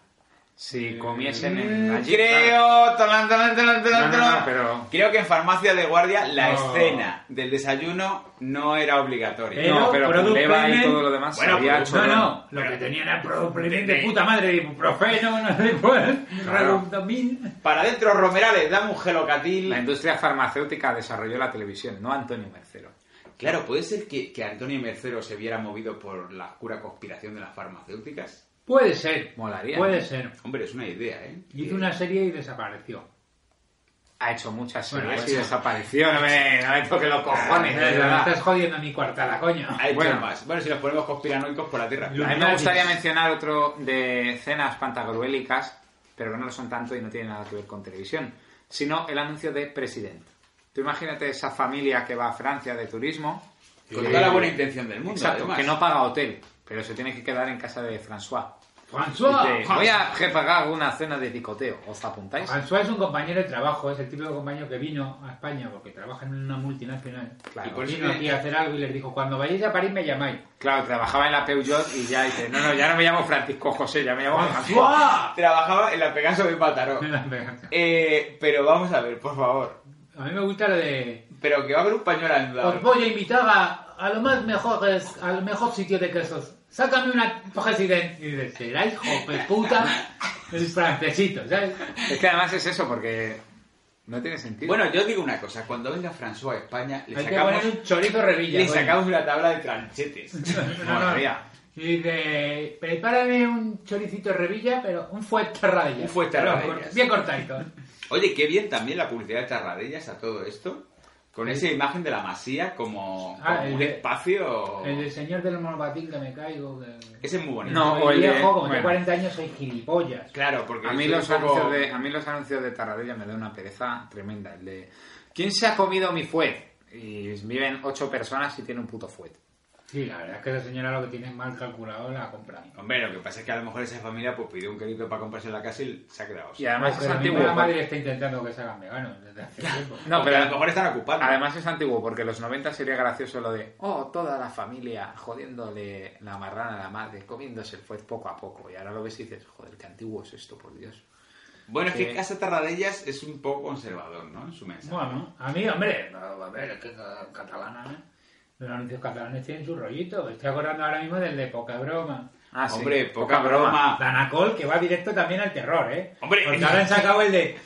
Speaker 2: Si comiesen en allí-
Speaker 3: Eh, mm, Creo, talan, talan, talan, talan,
Speaker 2: No, no, no,
Speaker 3: talan.
Speaker 2: pero-
Speaker 3: creo que en farmacia de guardia la
Speaker 2: No.
Speaker 3: escena del desayuno no era obligatoria.
Speaker 2: Pero No, pero con
Speaker 3: con
Speaker 2: Product
Speaker 3: leva y
Speaker 2: Placement-
Speaker 3: todo lo demás
Speaker 2: Bueno,
Speaker 3: sabía
Speaker 2: Product-
Speaker 3: chorrón.
Speaker 2: no, no,
Speaker 4: pues, Lo que tenían era problema de puta madre, ibuprofeno, no sé cuál, ralumdomil.
Speaker 3: Para adentro, Romerales, dame un gelocatil.
Speaker 2: La industria farmacéutica desarrolló la televisión, no Antonio Mercero.
Speaker 3: Claro, ¿puede ser que, que Antonio Mercero se viera movido por la oscura conspiración de las farmacéuticas?
Speaker 4: Puede ser,
Speaker 3: Molaría.
Speaker 4: puede
Speaker 3: ¿no?
Speaker 4: ser.
Speaker 3: Hombre, es una idea, ¿eh?
Speaker 4: Hizo una serie y desapareció.
Speaker 2: Ha hecho muchas
Speaker 4: Bueno,
Speaker 2: series
Speaker 4: ha
Speaker 2: y
Speaker 4: hecho-
Speaker 2: desapareció. No me, no me toque los cojones. de
Speaker 4: Me
Speaker 2: verdad.
Speaker 4: estás jodiendo mi cuartada, coño.
Speaker 3: Ha hecho
Speaker 2: Bueno.
Speaker 3: más. Bueno, si nos ponemos conspiranoicos por la tierra. Ah,
Speaker 2: A mí me gustaría mencionar otro de cenas pantagruélicas, pero que no lo son tanto y no tienen nada que ver con televisión, sino el anuncio de President. Tú imagínate esa familia que va a Francia de turismo.
Speaker 3: Con
Speaker 2: que-
Speaker 3: toda la buena intención del mundo,
Speaker 2: Exacto,
Speaker 3: además.
Speaker 2: que no paga hotel, pero se tiene que quedar en casa de François.
Speaker 4: François.
Speaker 2: Dice, voy a pagar una cena de picoteo, ¿os apuntáis?
Speaker 4: François es un compañero de trabajo, es el típico compañero que vino a España porque trabaja en una multinacional.
Speaker 2: Claro.
Speaker 4: y por vino aquí a hacer algo y les dijo, cuando vayáis a París me llamáis.
Speaker 2: Claro, trabajaba en la Peugeot y ya dice, no, no, ya no me llamo Francisco José, ya me llamo
Speaker 3: ¡Guau! ¡Ah! Trabajaba en la Pegaso de Pátaro. Eh, pero vamos a ver, por favor.
Speaker 4: A mí me gusta lo de...
Speaker 3: Pero que va a haber un pañuelo
Speaker 4: Os
Speaker 3: andado.
Speaker 4: voy a invitar a, a lo más mejor, es- al mejor sitio de quesos. Sácame una president. Y dices, será hijo de puta el francesito, ¿sabes?
Speaker 2: Es que además es eso, porque no tiene sentido.
Speaker 3: Bueno, yo digo una cosa. Cuando venga François a España, le
Speaker 4: Hay que
Speaker 3: sacamos...
Speaker 4: poner un chorizo revilla.
Speaker 3: le
Speaker 4: coño.
Speaker 3: sacamos una tabla de tranchetes.
Speaker 4: No, no.
Speaker 3: Molaría.
Speaker 4: Y dice, prepárame un choricito revilla, pero un fuerte raya.
Speaker 3: Un fuerterradillas.
Speaker 4: Bien cortadito.
Speaker 3: Oye, qué bien también la publicidad de Tarradellas a todo esto. Con esa imagen de la masía como,
Speaker 4: Ah,
Speaker 3: como
Speaker 4: el
Speaker 3: un
Speaker 4: de-
Speaker 3: espacio...
Speaker 4: El del señor del monopatín que me caigo. que-
Speaker 3: Ese es muy bonito.
Speaker 2: No,
Speaker 4: Soy
Speaker 2: o el de-
Speaker 4: viejo, como tengo
Speaker 2: bueno.
Speaker 4: 40 años soy gilipollas.
Speaker 3: Claro, porque...
Speaker 2: A mí,
Speaker 3: es
Speaker 2: los
Speaker 3: un poco-
Speaker 2: anuncios de, a mí los anuncios de Tarradella me dan una pereza tremenda. El de ¿Quién se ha comido mi fuet? Y viven ocho personas y tiene un puto fuet.
Speaker 4: Sí, la verdad es que la señora lo que tiene es mal calculado la compra.
Speaker 3: Hombre, lo que pasa es que a lo mejor esa familia pues pidió un crédito para comprarse la casa y se ha quedado.
Speaker 2: Y además
Speaker 4: Pero
Speaker 2: Ah, es
Speaker 4: mi
Speaker 2: antiguo.
Speaker 4: buena madre
Speaker 2: porque-
Speaker 4: está intentando que se hagan veganos desde hace tiempo.
Speaker 2: No,
Speaker 3: Porque
Speaker 2: pero
Speaker 3: a lo mejor están ocupando.
Speaker 2: Además es antiguo, porque en los 90 sería gracioso lo de, oh, toda la familia jodiéndole la marrana a la madre, comiéndose el fuet poco a poco. Y ahora lo ves y dices, joder, qué antiguo es esto, por Dios.
Speaker 3: Bueno, es que
Speaker 2: que-
Speaker 3: Casa Tarradellas es un poco conservador, ¿no? En su mensaje.
Speaker 4: Bueno, a mí, hombre, a ver, es que es catalana, ¿eh? Los anuncios catalanes tienen su rollito. Estoy acordando ahora mismo del de Poca Broma.
Speaker 2: Ah, sí.
Speaker 3: Hombre, poca, broma.
Speaker 2: Ah.
Speaker 4: Danacol, que va directo también al terror, ¿eh?
Speaker 3: Hombre.
Speaker 4: Porque ahora han sacado el de...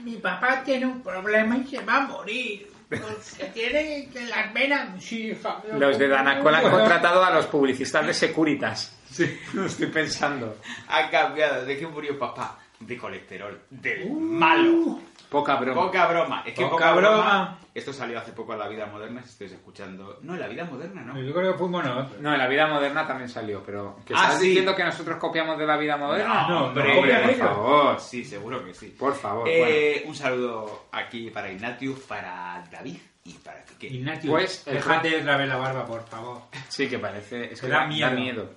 Speaker 4: Mi papá tiene un problema y se va a morir. Porque tiene que las venas... Sí, hija, pero
Speaker 2: Los de
Speaker 4: ¿cómo
Speaker 2: Danacol han
Speaker 4: puedo?
Speaker 2: contratado a los publicistas de Securitas. Sí, lo estoy pensando.
Speaker 3: Ha cambiado. ¿De qué murió papá? De colesterol. Del
Speaker 4: Uh.
Speaker 3: malo.
Speaker 2: Poca broma.
Speaker 3: Poca broma. Es que
Speaker 4: Poca
Speaker 3: poca, broma.
Speaker 4: broma.
Speaker 3: Esto salió hace poco en la vida moderna, si estáis escuchando. No, en la vida moderna, ¿no?
Speaker 4: Yo creo que fuimos nosotros.
Speaker 2: No, en la vida moderna también salió, pero que
Speaker 3: Ah,
Speaker 2: estás
Speaker 3: sí.
Speaker 2: diciendo que nosotros copiamos de la vida moderna.
Speaker 4: No,
Speaker 3: hombre,
Speaker 4: no,
Speaker 3: por
Speaker 4: hombre,
Speaker 3: favor. Sí, seguro que sí.
Speaker 2: Por favor.
Speaker 3: Eh, Un saludo aquí para Ignatius, para David y para Quique.
Speaker 4: Ignacio,
Speaker 2: Pues, el
Speaker 4: déjate otra vez la barba, por favor.
Speaker 2: bueno, sí que parece, es que
Speaker 4: Da
Speaker 2: da, da
Speaker 4: miedo.
Speaker 2: miedo.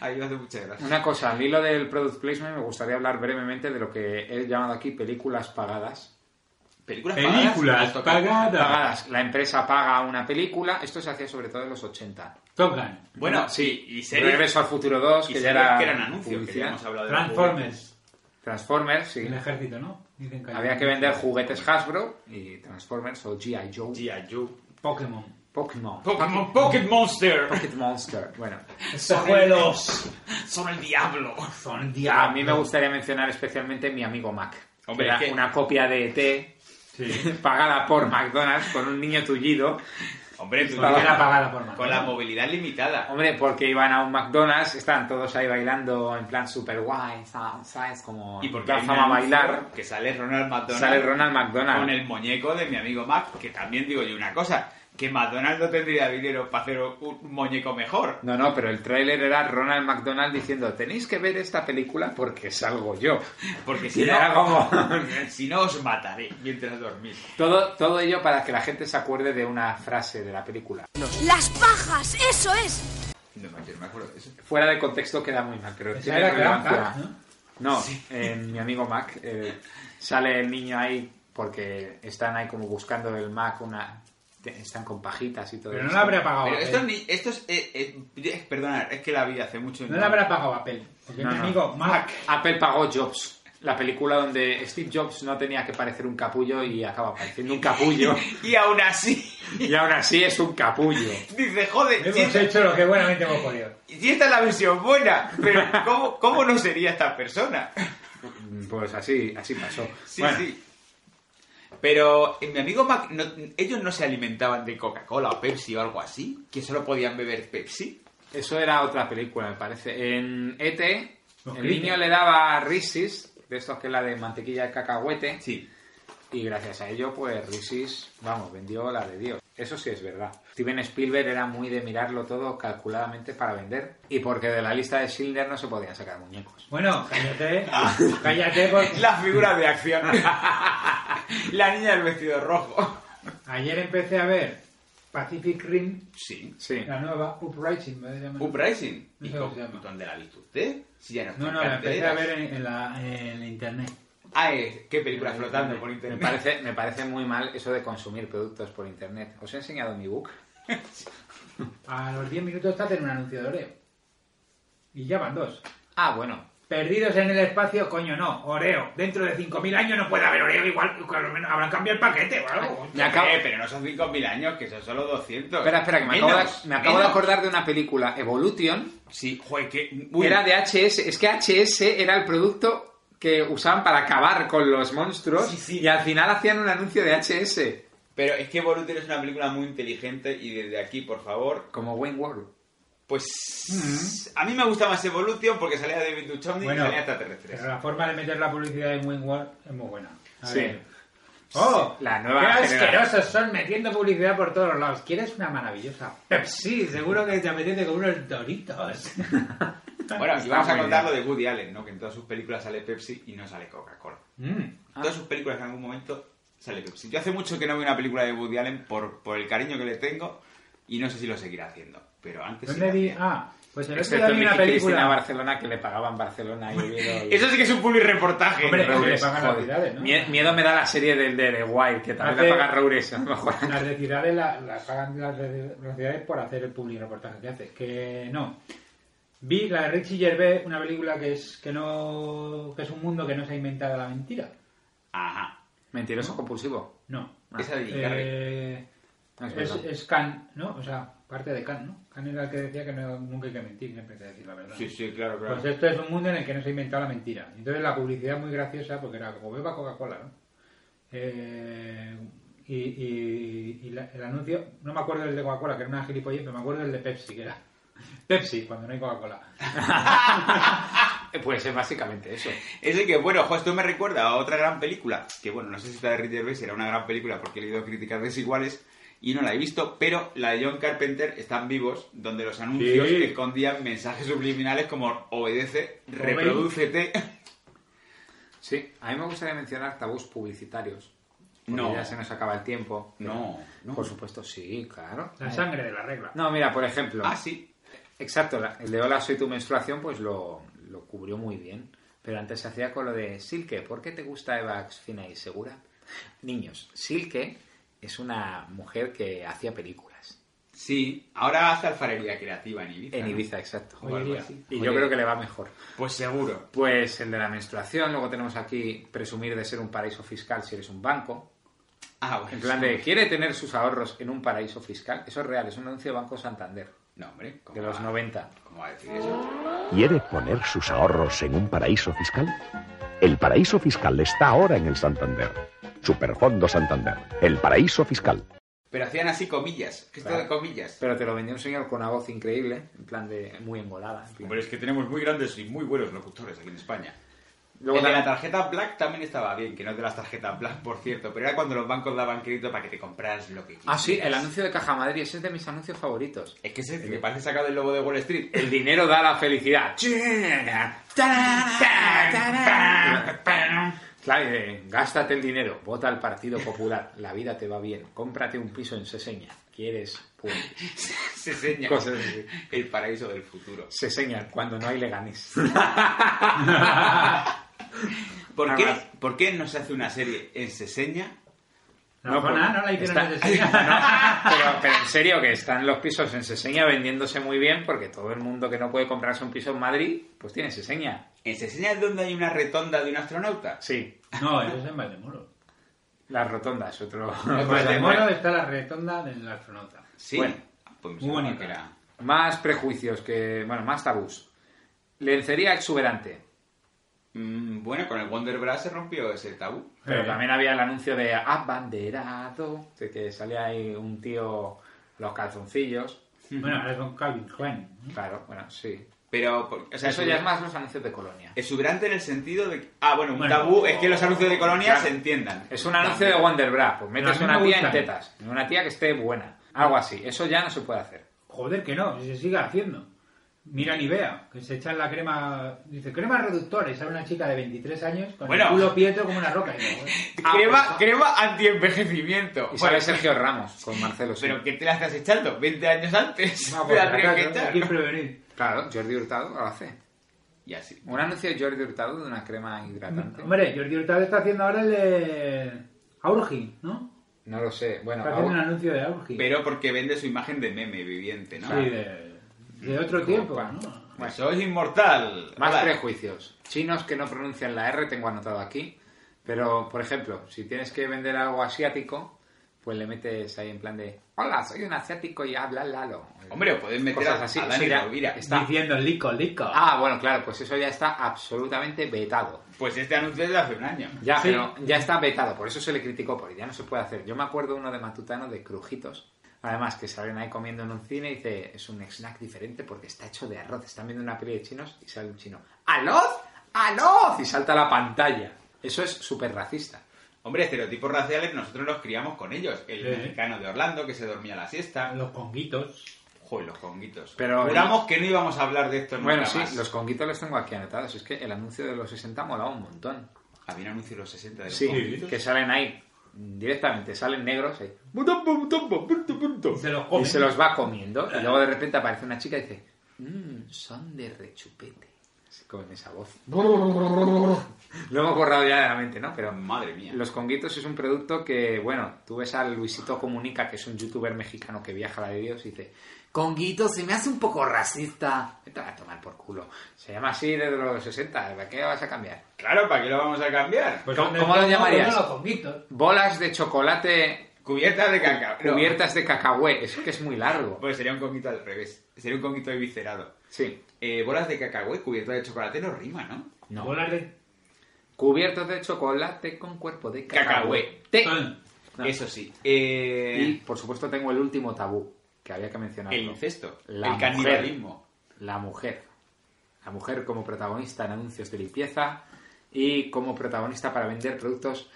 Speaker 3: Ahí me hace mucha gracia.
Speaker 2: Una cosa, al hilo del product placement me gustaría hablar brevemente de lo que he llamado aquí películas pagadas.
Speaker 3: Películas,
Speaker 4: Películas
Speaker 3: pagadas. Nos toca- Ah.
Speaker 4: pagadas.
Speaker 2: Pagadas, la empresa paga una película, esto se hacía sobre todo en los 80.
Speaker 4: Top Gun.
Speaker 3: Bueno, sí. Y series.
Speaker 2: Regreso al futuro 2,
Speaker 3: y
Speaker 2: que ya
Speaker 3: series
Speaker 2: era
Speaker 3: que eran anuncios, que ya
Speaker 2: publicidad.
Speaker 3: hemos hablado de la
Speaker 4: Transformers.
Speaker 2: Transformers, sí.
Speaker 4: El ejército, ¿no? Dicen que hay
Speaker 2: Había
Speaker 4: un-
Speaker 2: que vender juguetes Hasbro y Transformers o G.I. Joe.
Speaker 3: G.I. Joe.
Speaker 4: Pokémon.
Speaker 2: Pokémon.
Speaker 3: Pokémon Pocket Monster.
Speaker 2: Pocket Monster. Bueno,
Speaker 4: Espejuelos.
Speaker 3: Son el diablo.
Speaker 4: Son
Speaker 2: a mí me gustaría mencionar especialmente mi amigo Mac. que
Speaker 3: Hombre,
Speaker 2: era
Speaker 3: es que-
Speaker 2: una copia de ET pagada por McDonald's con un niño tullido.
Speaker 3: Hombre, tú
Speaker 4: Porque era
Speaker 3: dirás,
Speaker 4: pagada por más.
Speaker 3: con la movilidad limitada.
Speaker 2: Hombre, porque iban a un McDonald's, estaban todos ahí bailando en plan super guay, sa- ¿sabes? Como
Speaker 3: Y porque
Speaker 2: la
Speaker 3: hay un
Speaker 2: fama
Speaker 3: anuncio
Speaker 2: bailar.
Speaker 3: Que sale Ronald McDonald.
Speaker 2: Sale Ronald
Speaker 3: Con
Speaker 2: McDonald.
Speaker 3: el muñeco de mi amigo Mac. Que también digo yo una cosa. Que McDonald no tendría dinero para hacer un muñeco mejor.
Speaker 2: No, no, pero el tráiler era Ronald McDonald diciendo tenéis que ver esta película porque salgo yo.
Speaker 3: Porque
Speaker 2: Y
Speaker 3: si
Speaker 2: era
Speaker 3: no,
Speaker 2: como...
Speaker 3: si no os mataré mientras dormís.
Speaker 2: todo, todo ello para que la gente se acuerde de una frase de la película.
Speaker 16: Las pajas, eso es.
Speaker 3: No, no, yo no me acuerdo de eso.
Speaker 2: Fuera de contexto queda muy mal, pero
Speaker 4: Esa
Speaker 2: tiene
Speaker 4: era Crack,
Speaker 2: relevancia.
Speaker 4: ¿no?
Speaker 2: No, eh, mi amigo Mac eh, sale el niño ahí porque están ahí como buscando el Mac una Están con pajitas y todo
Speaker 4: Pero no
Speaker 2: eso.
Speaker 4: la habré pagado.
Speaker 3: Pero
Speaker 4: papel.
Speaker 3: esto, ni- esto es, eh, eh, eh, Perdonad, es que la vi hace mucho. y
Speaker 4: No la habrá pagado Apple. Porque
Speaker 2: No,
Speaker 4: mi
Speaker 2: no.
Speaker 4: amigo Mark.
Speaker 2: Apple pagó Jobs, la película donde Steve Jobs no tenía que parecer un capullo y acaba pareciendo un capullo.
Speaker 3: y aún así.
Speaker 2: y aún así es un capullo.
Speaker 3: Dice, joder, si
Speaker 4: Hemos
Speaker 3: esta,
Speaker 4: hecho lo que buenamente hemos podido.
Speaker 3: si esta es la versión buena, pero ¿cómo, cómo no sería esta persona?
Speaker 2: Pues así, así pasó.
Speaker 3: Sí,
Speaker 2: Bueno,
Speaker 3: sí. Pero eh, mi amigo Mac, no- ellos no se alimentaban de Coca-Cola o Pepsi o algo así, que solo podían beber Pepsi.
Speaker 2: Eso era otra película, me parece. En ET,
Speaker 3: Los
Speaker 2: el
Speaker 3: Clippers.
Speaker 2: niño le daba Reese's, de estos que es la de mantequilla de cacahuete. Y gracias a ello, pues Reese's, vamos, vendió la de Dios. Eso sí es verdad. Steven Spielberg era muy de mirarlo todo calculadamente para vender. Y porque de la lista de Schindler no se podían sacar muñecos.
Speaker 4: Bueno, cállate. cállate porque
Speaker 3: La figura de acción. la niña del vestido rojo.
Speaker 4: ayer empecé a ver Pacific Rim,
Speaker 3: Sí.
Speaker 2: Sí.
Speaker 4: la nueva Uprising. me llaman.
Speaker 3: Uprising.
Speaker 4: No
Speaker 3: ¿Y
Speaker 4: sé cómo
Speaker 3: cómo-
Speaker 4: se llama.
Speaker 3: dónde la ha visto usted? Si ya no está
Speaker 4: No,
Speaker 3: en
Speaker 4: no, la empecé a
Speaker 3: carteleras.
Speaker 4: ver en, en la, en la internet.
Speaker 3: Ah, eh, qué película flotando por
Speaker 2: Me
Speaker 3: internet.
Speaker 2: parece, me parece muy mal eso de consumir productos por internet. Os he enseñado mi book.
Speaker 4: A los 10 minutos está en un anuncio de Oreo. Y ya van dos.
Speaker 2: Ah, bueno.
Speaker 4: Perdidos en el espacio, coño, no. Oreo. Dentro de 5.000 años no puede haber Oreo. Igual, que a lo menos habrán cambiado el paquete o algo.
Speaker 2: Me acabo-
Speaker 3: Eh, pero no son 5.000 años, que son solo 200.
Speaker 2: Espera, espera, que me acabo,
Speaker 3: Menos,
Speaker 2: de, me acabo de
Speaker 3: menos.
Speaker 2: acordar de una película, Evolution,
Speaker 3: Sí, joder, que... uy,
Speaker 2: Era de HS. Es que HS era el producto que usaban para acabar con los monstruos y al final hacían un anuncio de HS.
Speaker 3: Pero es que Voluntary es una película muy inteligente y desde aquí, por favor,
Speaker 2: Como Wayne World.
Speaker 3: pues... A mí me gusta más Evolution porque salía David Duchovny
Speaker 4: Bueno,
Speaker 3: y salía extraterrestres.
Speaker 4: Pero la forma de meter la publicidad en WinWar es muy buena. A
Speaker 2: Sí.
Speaker 4: ver. ¡Oh!
Speaker 2: La nueva
Speaker 4: ¡Qué
Speaker 2: generación.
Speaker 4: asquerosos son metiendo publicidad por todos los lados! ¿Quieres una maravillosa Pepsi? Seguro que te apetece con unos doritos.
Speaker 3: Bueno, y
Speaker 2: Está
Speaker 3: vamos a
Speaker 2: muy
Speaker 3: contar lo
Speaker 2: bien.
Speaker 3: de Woody Allen, ¿no? Que en todas sus películas sale Pepsi y no sale Coca-Cola.
Speaker 4: Mm.
Speaker 3: En todas sus películas en algún momento sale Pepsi. Yo hace mucho que no veo una película de Woody Allen por, por el cariño que le tengo y no sé si lo seguirá haciendo. Pero antes... sí
Speaker 4: ¿Dónde
Speaker 3: lo
Speaker 4: vi?
Speaker 3: hacía.
Speaker 4: Ah, pues el otro
Speaker 2: Excepto
Speaker 4: día
Speaker 2: en
Speaker 4: vi
Speaker 2: Vicky
Speaker 4: una
Speaker 2: Cristina
Speaker 4: película.
Speaker 2: Barcelona que le pagaban Barcelona y
Speaker 3: Eso sí que es un publireportaje.
Speaker 4: Hombre,
Speaker 3: ¿no?
Speaker 4: que le pagan las ciudades, ¿no?
Speaker 2: Mie- Miedo me da la serie del de The Wild, que también
Speaker 4: Hace-
Speaker 2: la paga Roures, a lo mejor.
Speaker 4: Las de ciudades la- las pagan las de las ciudades por hacer el public reportaje que hace. Que no. Vi la de Richie Gervais, una película que es que no que es un mundo que no se ha inventado la mentira.
Speaker 3: Ajá.
Speaker 2: Mentiroso compulsivo.
Speaker 4: No.
Speaker 3: Esa de Jim Carrey.
Speaker 4: Eh,
Speaker 2: No, es
Speaker 4: es,
Speaker 2: verdad.
Speaker 4: es Kant, ¿no? O sea, parte de Kant, ¿no? Kant era el que decía que no- nunca hay que mentir, siempre hay que decir la verdad.
Speaker 3: Sí, sí, claro, claro.
Speaker 4: Pues esto es un mundo en el que no se ha inventado la mentira. Entonces la publicidad es muy graciosa porque era como beba Coca-Cola, ¿no? Eh, y y- y la- el anuncio, no me acuerdo del de Coca-Cola, que era una gilipollez, pero me acuerdo del de Pepsi, que era Pepsi cuando no hay Coca-Cola.
Speaker 2: Eh, Pues es básicamente eso.
Speaker 3: Ese que, bueno, ojo, esto me recuerda a otra gran película, que bueno, no sé si esta de Ritter Gervais era una gran película porque he leído críticas desiguales y no la he visto, pero la de John Carpenter, Están vivos, donde los anuncios
Speaker 4: Sí.
Speaker 3: escondían mensajes subliminales como obedece, reprodúcete.
Speaker 2: Sí, a mí me gustaría mencionar tabús publicitarios. porque
Speaker 3: No.
Speaker 2: Ya se nos acaba el tiempo.
Speaker 3: No, no.
Speaker 2: Por supuesto, sí, claro.
Speaker 4: La sangre de la regla.
Speaker 2: No, mira, por ejemplo.
Speaker 3: Ah, sí.
Speaker 2: Exacto, la- el de Hola, soy tu menstruación, pues lo, lo cubrió muy bien. Pero antes se hacía con lo de Silke. ¿Por qué te gusta Eva fina y segura? Niños, Silke es una mujer que hacía películas.
Speaker 3: Sí, ahora hace alfarería creativa en Ibiza.
Speaker 2: En
Speaker 3: ¿no?
Speaker 2: Ibiza, exacto.
Speaker 3: O algo
Speaker 4: Joyería.
Speaker 3: así.
Speaker 2: Y yo
Speaker 3: Joyería.
Speaker 2: creo que le va mejor.
Speaker 3: Pues seguro.
Speaker 2: Pues el de la menstruación, luego tenemos aquí presumir de ser un paraíso fiscal si eres un banco.
Speaker 3: Ah, bueno.
Speaker 2: En plan de, ¿quiere tener sus ahorros en un paraíso fiscal? Eso es real, es un anuncio de Banco Santander,
Speaker 3: No, hombre. ¿cómo
Speaker 2: de los
Speaker 3: va-
Speaker 2: 90.
Speaker 3: ¿Cómo va a decir eso?
Speaker 17: ¿Quiere poner sus ahorros en un paraíso fiscal? El paraíso fiscal está ahora en el Santander. Superfondo Santander. El paraíso fiscal.
Speaker 3: Pero hacían así comillas, gesto
Speaker 2: Claro.
Speaker 3: de comillas.
Speaker 2: Pero te lo vendió un señor con una voz increíble, en plan de muy engolada. en plan.
Speaker 3: Pero es que tenemos muy grandes y muy buenos locutores aquí en España.
Speaker 2: Luego
Speaker 3: el de la
Speaker 2: también-
Speaker 3: tarjeta Black también estaba bien, que no es de las tarjetas Black, por cierto, pero era cuando los bancos daban crédito para que te compraras lo que quisieras.
Speaker 2: ah, sí, el anuncio de Caja Madrid, ese es de mis anuncios favoritos.
Speaker 3: Es que ese me parece sacado del logo de Wall Street.
Speaker 2: El dinero da la felicidad. Claro, eh, gástate el dinero, vota al Partido Popular, la vida te va bien, cómprate un piso en Seseña, quieres pues,
Speaker 3: Se señala
Speaker 2: cosas así.
Speaker 3: el paraíso del futuro.
Speaker 2: Seseña, cuando no hay leganés.
Speaker 3: ¿Por qué,
Speaker 2: Además-
Speaker 3: ¿Por qué no se hace una serie en Seseña
Speaker 4: La zona no la hicieron
Speaker 2: pues, está-
Speaker 4: en Seseña.
Speaker 2: no, pero, pero en serio, que están los pisos en Seseña vendiéndose muy bien porque todo el mundo que no puede comprarse un piso en Madrid, pues tiene Seseña.
Speaker 3: ¿En Seseña es donde hay una retonda de un astronauta?
Speaker 2: Sí.
Speaker 3: No,
Speaker 4: eso es en Valdemoro.
Speaker 2: Las rotondas, otro...
Speaker 4: En Valdemoro está la retonda del astronauta.
Speaker 2: Sí.
Speaker 4: Bueno,
Speaker 3: muy bonito.
Speaker 2: Más prejuicios que... Bueno, más tabús. Lencería exuberante.
Speaker 3: Mm, bueno, con el Wonder Bra se rompió ese tabú.
Speaker 4: Eh,
Speaker 2: Pero también había el anuncio de abanderado, de que salía ahí un tío los calzoncillos.
Speaker 4: Bueno, ahora son Calvin Klein.
Speaker 2: Claro, bueno, sí.
Speaker 3: Pero, por- o sea,
Speaker 2: Eso ya es más los anuncios de Colonia.
Speaker 3: Exuberante en el sentido de... que- Ah, bueno, un
Speaker 2: Bueno,
Speaker 3: tabú es que los anuncios de Colonia
Speaker 2: claro.
Speaker 3: se entiendan.
Speaker 2: Es un anuncio de Wonderbra, pues metes
Speaker 4: Pero a mí
Speaker 2: una
Speaker 4: me
Speaker 2: tía en
Speaker 4: gustan.
Speaker 2: tetas, una tía que esté buena, algo así. Eso ya no se puede hacer.
Speaker 4: Joder, que no, si se sigue haciendo. Mira Nivea, que se echan la crema, dice crema reductora y sale una chica de 23 años con
Speaker 3: Bueno.
Speaker 4: el culo pietro como una roca. Y digo, bueno,
Speaker 3: crema, crema anti-envejecimiento.
Speaker 2: Ah, Y sale Sergio Ramos con Marcelo. sí.
Speaker 3: Pero que te la estás echando 20 años antes.
Speaker 2: Ah,
Speaker 3: te
Speaker 2: pues,
Speaker 3: la tienes
Speaker 2: claro,
Speaker 3: que
Speaker 2: claro,
Speaker 3: echar.
Speaker 2: hay que prevenir. Claro, Jordi Hurtado lo hace.
Speaker 3: Y así.
Speaker 2: Un anuncio de Jordi Hurtado de una crema hidratante.
Speaker 4: Hombre, Jordi Hurtado está haciendo ahora el de Aurgi, ¿no?
Speaker 2: No lo sé. Bueno,
Speaker 4: Está haciendo un anuncio de Aurgi.
Speaker 3: Pero porque vende su imagen de meme viviente, ¿no?
Speaker 4: Sí, de, de otro tiempo, ¿no?
Speaker 3: Bueno, soy inmortal.
Speaker 2: Más
Speaker 3: Hola.
Speaker 2: prejuicios. Chinos que no pronuncian la R, tengo anotado aquí. Pero, por ejemplo, si tienes que vender algo asiático, pues le metes ahí en plan de Hola, soy un asiático y habla Lalo.
Speaker 3: Hombre, o pueden meter
Speaker 2: Cosas
Speaker 3: a-
Speaker 2: así.
Speaker 3: a Dani
Speaker 2: Eso ya
Speaker 3: Rovira.
Speaker 2: está.
Speaker 4: Diciendo lico, lico.
Speaker 2: Ah, bueno, claro, pues eso ya está absolutamente vetado.
Speaker 3: Pues este anuncio es de hace un año.
Speaker 2: Ya,
Speaker 3: Sí.
Speaker 2: pero ya está vetado, por eso se le criticó, porque ya no se puede hacer. Yo me acuerdo uno de Matutano de Crujitos. Además, que salen ahí comiendo en un cine y dice, es un snack diferente porque está hecho de arroz. Están viendo una peli de chinos y sale un chino, ¡Aloz! ¡Aloz! Y salta a la pantalla. Eso es súper racista.
Speaker 3: Hombre, estereotipos raciales nosotros los criamos con ellos. El
Speaker 2: Sí.
Speaker 3: mexicano de Orlando que se dormía a la siesta.
Speaker 4: Los conguitos.
Speaker 3: Joder, los conguitos.
Speaker 2: Pero-
Speaker 3: Juramos que no íbamos a hablar de esto nunca
Speaker 2: Bueno, sí,
Speaker 3: más.
Speaker 2: los conguitos los tengo aquí anotados. Es que el anuncio de los 60 molaba un montón.
Speaker 3: Había un anuncio de los 60 de los
Speaker 2: Sí,
Speaker 3: conguitos.
Speaker 2: que salen ahí directamente, salen negros ahí.
Speaker 4: Se los
Speaker 2: Y se los va comiendo. Y luego de repente aparece una chica y dice, mmm, son de rechupete. Así Con esa voz. Lo hemos borrado ya de la mente, ¿no? Pero
Speaker 3: Madre mía.
Speaker 2: los conguitos es un producto que, bueno, tú ves a Luisito Comunica, que es un youtuber mexicano que viaja a la de Dios y dice, conguitos, se me hace un poco racista. Vete a tomar por culo. Se llama así desde los 60, ¿para qué vas a cambiar?
Speaker 3: Claro, ¿para qué lo vamos a cambiar?
Speaker 2: Pues ¿Cómo- ¿dónde cómo lo está? llamarías?
Speaker 4: Bueno, los conguitos.
Speaker 2: Bolas de chocolate
Speaker 3: Cubiertas de caca. no.
Speaker 2: cubiertas de cacahué, es que es muy largo.
Speaker 3: Pues sería un conguito al revés. Sería un conguito eviscerado.
Speaker 2: Sí.
Speaker 3: Eh, bolas de cacahué cubiertas de chocolate no rima, ¿no?
Speaker 2: No.
Speaker 4: Bolas de
Speaker 2: Cubiertos de chocolate con cuerpo de cacahué.
Speaker 3: Cacahuete.
Speaker 2: No.
Speaker 3: Eso sí. Eh,
Speaker 2: Y, por supuesto, tengo el último tabú que había que mencionar.
Speaker 3: el incesto.
Speaker 2: La
Speaker 3: el canibalismo.
Speaker 2: mujer. La mujer. La mujer como protagonista en anuncios de limpieza y como protagonista para vender productos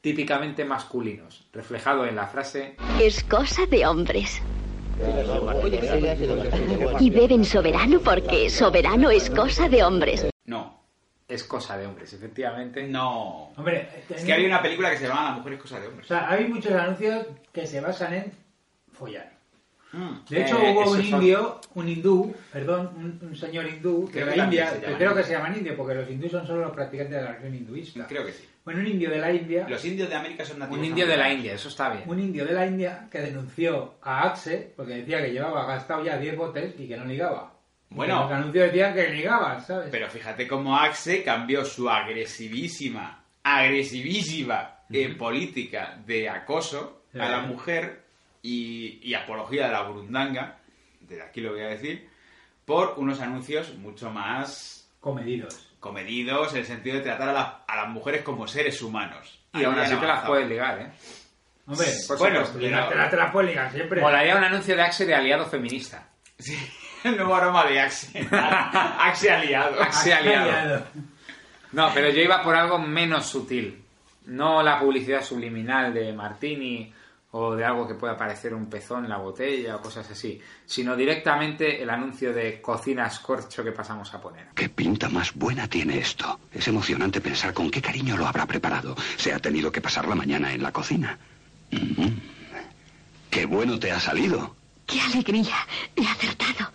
Speaker 2: típicamente masculinos. Reflejado en la frase
Speaker 16: Es cosa de hombres. Y beben soberano porque soberano es cosa de hombres.
Speaker 3: No.
Speaker 2: es cosa de hombres, efectivamente.
Speaker 3: No.
Speaker 4: Hombre,
Speaker 3: Es que había una película que se llamaba La mujer es cosa de
Speaker 4: O
Speaker 3: hombres.
Speaker 4: sea, hay muchos anuncios que se basan en follar.
Speaker 3: Mm.
Speaker 4: De hecho,
Speaker 3: Eh,
Speaker 4: hubo un
Speaker 3: esos son-
Speaker 4: indio, un hindú, perdón, un, un señor hindú
Speaker 3: Creo
Speaker 4: de
Speaker 3: que
Speaker 4: la
Speaker 3: también
Speaker 4: India,
Speaker 3: se
Speaker 4: que
Speaker 3: llaman
Speaker 4: creo que
Speaker 3: indios.
Speaker 4: se llaman indios, porque los hindúes son solo los practicantes de la religión hinduista.
Speaker 3: Creo que sí.
Speaker 4: Bueno, un indio de la India,
Speaker 3: Los indios de América son nativos.
Speaker 2: Un indio de la
Speaker 3: americanos.
Speaker 2: India, eso está bien.
Speaker 4: un indio de la India que denunció a Axe porque decía que llevaba gastado ya 10 botes y que no ligaba. Y
Speaker 3: Bueno.
Speaker 4: que Los anuncios decían que ligaba, ¿sabes?
Speaker 3: Pero fíjate cómo Axe cambió su agresivísima, agresivísima eh, política de acoso a
Speaker 4: Ajá.
Speaker 2: Eh.
Speaker 3: la mujer y, y apología de la burundanga, desde aquí lo voy a decir, por unos anuncios mucho más
Speaker 4: Comedidos.
Speaker 3: comedidos en el sentido de tratar a, las- a las mujeres como seres humanos.
Speaker 2: Y aún
Speaker 3: Ahí
Speaker 2: así
Speaker 3: han
Speaker 2: te las
Speaker 3: avanzado.
Speaker 2: puedes ligar, ¿eh?
Speaker 4: Hombre,
Speaker 2: Por
Speaker 3: Bueno,
Speaker 2: supuesto.
Speaker 4: y la, la, la puedes ligar pues siempre.
Speaker 2: Molaría un anuncio de Axe de aliado feminista.
Speaker 3: El nuevo aroma de Axe. Axe aliado.
Speaker 2: Axe aliado. No, pero yo iba por algo menos sutil. No la publicidad subliminal de Martini o de algo que pueda parecer un pezón en la botella o cosas así, sino directamente el anuncio de cocinas corcho que pasamos a poner.
Speaker 18: ¿Qué pinta más buena tiene esto? Es emocionante pensar con qué cariño lo habrá preparado. Se ha tenido que pasar la mañana en la cocina. Mm. Qué bueno te ha salido.
Speaker 16: ¡Qué alegría! He acertado.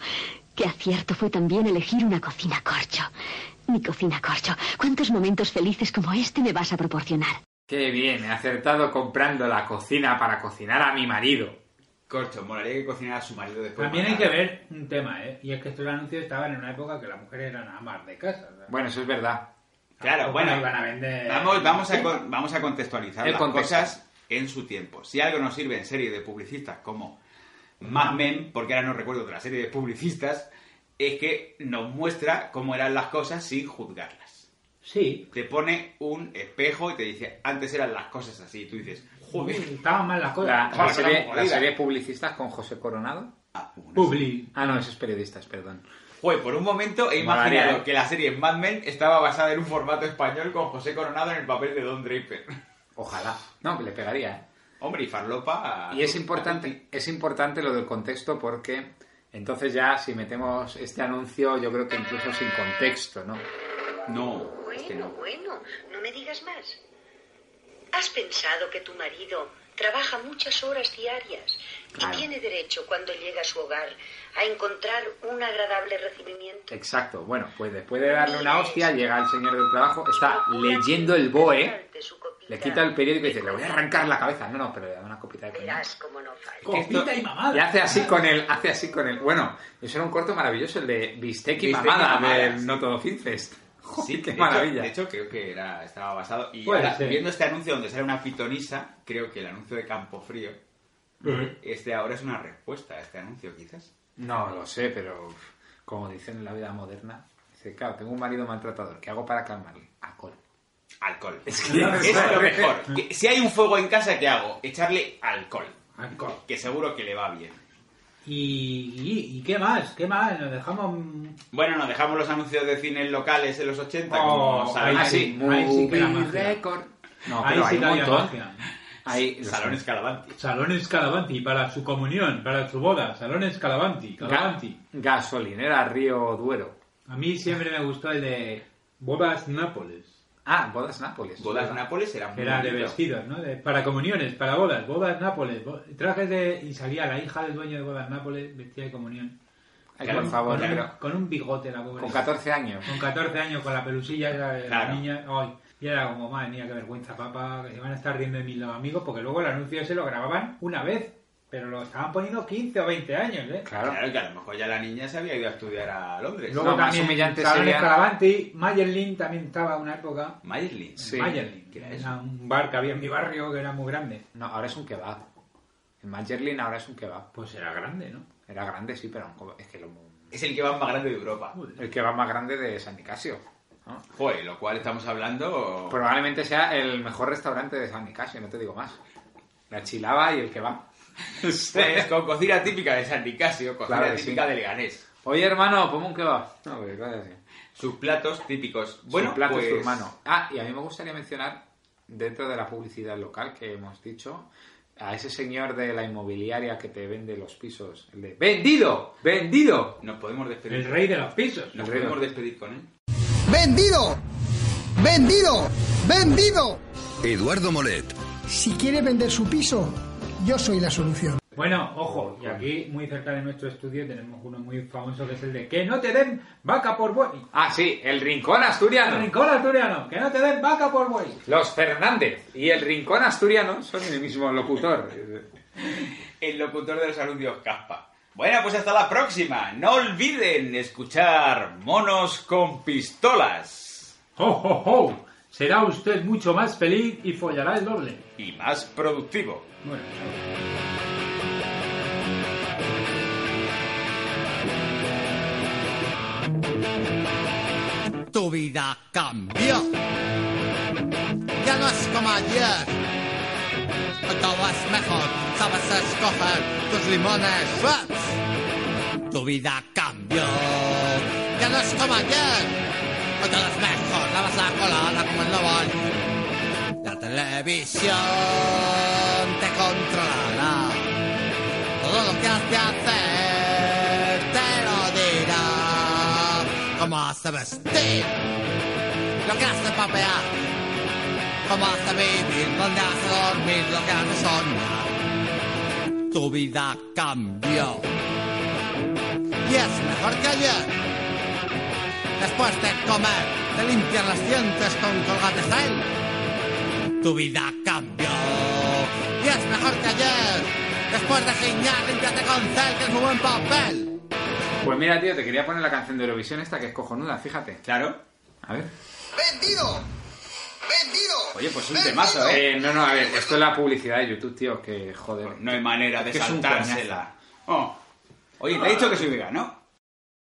Speaker 16: Qué acierto fue también elegir una cocina corcho. Mi cocina corcho, ¿cuántos momentos felices como este me vas a proporcionar?
Speaker 2: Qué bien, he acertado comprando la cocina para cocinar a mi marido.
Speaker 3: Corcho, molaría que cocinara a su marido después.
Speaker 4: También hay que ver un tema, ¿eh? Y es que estos anuncios estaban en una época que las mujeres eran amas de casa. o sea,
Speaker 2: Bueno, eso es verdad.
Speaker 3: Claro,
Speaker 4: tampoco
Speaker 3: bueno,
Speaker 4: iban a vender-
Speaker 3: vamos, vamos, a, con- vamos a contextualizar
Speaker 2: El
Speaker 3: las
Speaker 2: contexto.
Speaker 3: cosas en su tiempo. Si algo nos sirve en serie de publicistas como Mad Men, porque ahora no recuerdo de la serie de publicistas, es que nos muestra cómo eran las cosas sin juzgarlas.
Speaker 4: Sí.
Speaker 3: Te pone un espejo y te dice, antes eran las cosas así. Y tú dices, joder,
Speaker 4: Estaban mal las
Speaker 3: La-
Speaker 4: cosas.
Speaker 3: la
Speaker 2: La serie,
Speaker 3: como
Speaker 2: la
Speaker 3: la-
Speaker 2: serie de publicistas con José Coronado.
Speaker 4: Publi.
Speaker 2: Ah, no, esos periodistas, perdón.
Speaker 3: Joder, por un momento he
Speaker 2: Molaría,
Speaker 3: imaginado
Speaker 2: ¿eh?
Speaker 3: que la serie Mad Men estaba basada en un formato español con José Coronado en el papel de Don Draper.
Speaker 2: Ojalá. No, que le pegaría, ¿eh?
Speaker 3: Hombre, y Farlopa...
Speaker 2: Y es importante, es importante lo del contexto porque entonces ya si metemos este anuncio, yo creo que incluso sin contexto, ¿no?
Speaker 3: No,
Speaker 6: Bueno, bueno, no me digas más. ¿Has pensado que tu marido trabaja muchas horas diarias y
Speaker 2: Claro.
Speaker 6: tiene derecho cuando llega a su hogar a encontrar un agradable recibimiento?
Speaker 2: Exacto. Bueno, pues después de darle una hostia, llega el señor del trabajo, está leyendo el BOE, le quita el periódico y dice, le voy a arrancar la cabeza. No, no, pero le da una copita de coñac.
Speaker 6: Verás cómo no falla.
Speaker 2: Esto- Y hace así con el, hace así con el. Bueno, eso era un corto maravilloso, el de Bistec y
Speaker 3: Bistec y
Speaker 2: Mamada
Speaker 3: mamada,
Speaker 2: del
Speaker 3: sí.
Speaker 2: No Todo Filfest.
Speaker 3: Sí,
Speaker 2: qué
Speaker 3: de hecho-
Speaker 2: maravilla.
Speaker 3: de hecho, creo que era, estaba basado. Y
Speaker 2: Puede
Speaker 3: ahora,
Speaker 2: ser.
Speaker 3: viendo este anuncio donde sale una pitonisa, creo que el anuncio de Campofrío, este ahora es una respuesta a este anuncio, quizás.
Speaker 2: No lo sé, pero uf, como dicen en la vida moderna, dice, claro, tengo un marido maltratador, ¿qué hago para calmarle? Alcohol.
Speaker 3: Alcohol. Es,
Speaker 2: que-
Speaker 3: lo mejor. Que si hay un fuego en casa, ¿qué hago? Echarle alcohol.
Speaker 4: Alcohol.
Speaker 3: Que seguro que le va bien.
Speaker 4: Y, y- y qué más? ¿Qué más? Nos dejamos... mm,
Speaker 3: Bueno, nos dejamos los anuncios de cines locales en los 80,
Speaker 4: Oh,
Speaker 3: como sabéis.
Speaker 4: ahí sí, ahí sí que era
Speaker 2: Movie
Speaker 4: magia.
Speaker 2: record. No,
Speaker 4: Ahí
Speaker 2: pero
Speaker 4: sí
Speaker 2: hay
Speaker 4: que
Speaker 2: un
Speaker 4: había
Speaker 2: montón.
Speaker 4: magia.
Speaker 2: Hay
Speaker 3: Salones Calabanti.
Speaker 4: Salones Calavanti, para su comunión, para su boda. Salones Calavanti,
Speaker 2: Ga-
Speaker 4: Calavanti.
Speaker 2: gasolinera Río Duero.
Speaker 4: A mí siempre me gustó el de bodas Nápoles.
Speaker 2: Ah, Bodas Nápoles.
Speaker 3: Bodas Nápoles era muy
Speaker 4: Era de
Speaker 3: bonito.
Speaker 4: vestidos, ¿no? De- para comuniones, para bodas, bodas Nápoles, bo- trajes de... Y salía la hija del dueño de bodas Nápoles vestida de comunión.
Speaker 2: Ay,
Speaker 4: Con
Speaker 2: por
Speaker 4: un-
Speaker 2: favor,
Speaker 4: con, un-
Speaker 2: pero-
Speaker 4: con un bigote la pobre.
Speaker 2: Con 14 años.
Speaker 4: Con 14 años, con la pelusilla esa de la
Speaker 2: Claro.
Speaker 4: niña. Ay, y era como, madre mía, qué vergüenza, papá, que se van a estar riendo de mí los amigos, porque luego el anuncio se lo grababan una vez, pero lo estaban poniendo 15 o 20 años, ¿eh?
Speaker 3: Claro. que a lo mejor ya la niña se había ido a estudiar a Londres.
Speaker 4: Luego también, Salones Calavanti, Mayerlin también estaba una época.
Speaker 3: Mayerlin.
Speaker 4: Mayerlin,
Speaker 3: ¿Qué era
Speaker 4: era
Speaker 3: eso?
Speaker 4: un bar que había en mi barrio que era muy grande.
Speaker 2: No, ahora es un kebab. En Mangerlin ahora es un kebab.
Speaker 4: Pues era grande, ¿no?
Speaker 2: Era grande, sí, pero un- es que lo...
Speaker 3: Es el que va más grande de Europa.
Speaker 2: el kebab más grande de San Nicasio. ¿no?
Speaker 3: Joder, lo cual estamos hablando.
Speaker 2: Probablemente sea el mejor restaurante de San Nicasio, no te digo más. La chilaba y el kebab.
Speaker 3: Pues con cocina típica de San Nicasio, cocina
Speaker 2: Claro que
Speaker 3: típica
Speaker 2: sí.
Speaker 3: de Leganés.
Speaker 2: Oye, hermano, ponme un kebab. No, pero claro que sí.
Speaker 3: Sus platos típicos. Bueno,
Speaker 2: Su plato es tu
Speaker 3: pues,
Speaker 2: hermano. Ah, y a mí me gustaría mencionar, dentro de la publicidad local que hemos dicho, a ese señor de la inmobiliaria que te vende los pisos, el de ¡Vendido! ¡Vendido!
Speaker 3: Nos podemos despedir.
Speaker 4: El rey de los pisos.
Speaker 3: Nos
Speaker 2: El rey de
Speaker 3: podemos
Speaker 2: los-
Speaker 3: despedir con él.
Speaker 19: ¡Vendido! ¡Vendido! ¡Vendido!
Speaker 20: Eduardo Molet.
Speaker 19: Si quiere vender su piso, yo soy la solución.
Speaker 4: Bueno, ojo, y aquí muy cerca de nuestro estudio tenemos uno muy famoso que es el de que no te den vaca por buey.
Speaker 2: Ah, sí, el Rincón Asturiano.
Speaker 4: El rincón asturiano, que no te den vaca por buey.
Speaker 2: Los Fernández y el Rincón Asturiano son el mismo locutor.
Speaker 3: El locutor de los anuncios Caspa. Bueno, pues hasta la próxima. No olviden escuchar Monos con Pistolas.
Speaker 4: ¡Ho, ho, ho! Será usted mucho más feliz y follará el doble.
Speaker 3: Y más productivo.
Speaker 4: Bueno,
Speaker 21: Tu vida cambió. Ya no es como ayer. Todo es mejor. Sabes escoger tus limones. Schweppes. Tu vida cambió. Ya no es como ayer. Todo es mejor. La vas a colar como el novel. La televisión te controlará. Todo lo que has de hacer te lo dirá. Cómo has de vestir, lo que has de papear, cómo has de vivir, dónde has de dormir, lo que has de soñar. Tu vida cambió y es mejor que ayer. Después de comer, te limpias los dientes con colgate gel.
Speaker 13: tu vida cambió. Y es mejor que ayer. Después de giñar, límpiate con cel, que es muy buen papel.
Speaker 2: Pues mira, tío, te quería poner la canción de Eurovisión esta que es cojonuda, fíjate. Claro. A ver.
Speaker 13: ¡Vendido! ¡Vendido!
Speaker 3: Oye, pues un temazo, ¿eh?
Speaker 2: Eh, no, no, a ver, esto es la publicidad de YouTube, tío, que joder.
Speaker 3: No hay manera de
Speaker 2: Es que es un
Speaker 3: saltársela. Oh. Oye, te he dicho que soy vegano.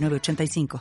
Speaker 21: 906985.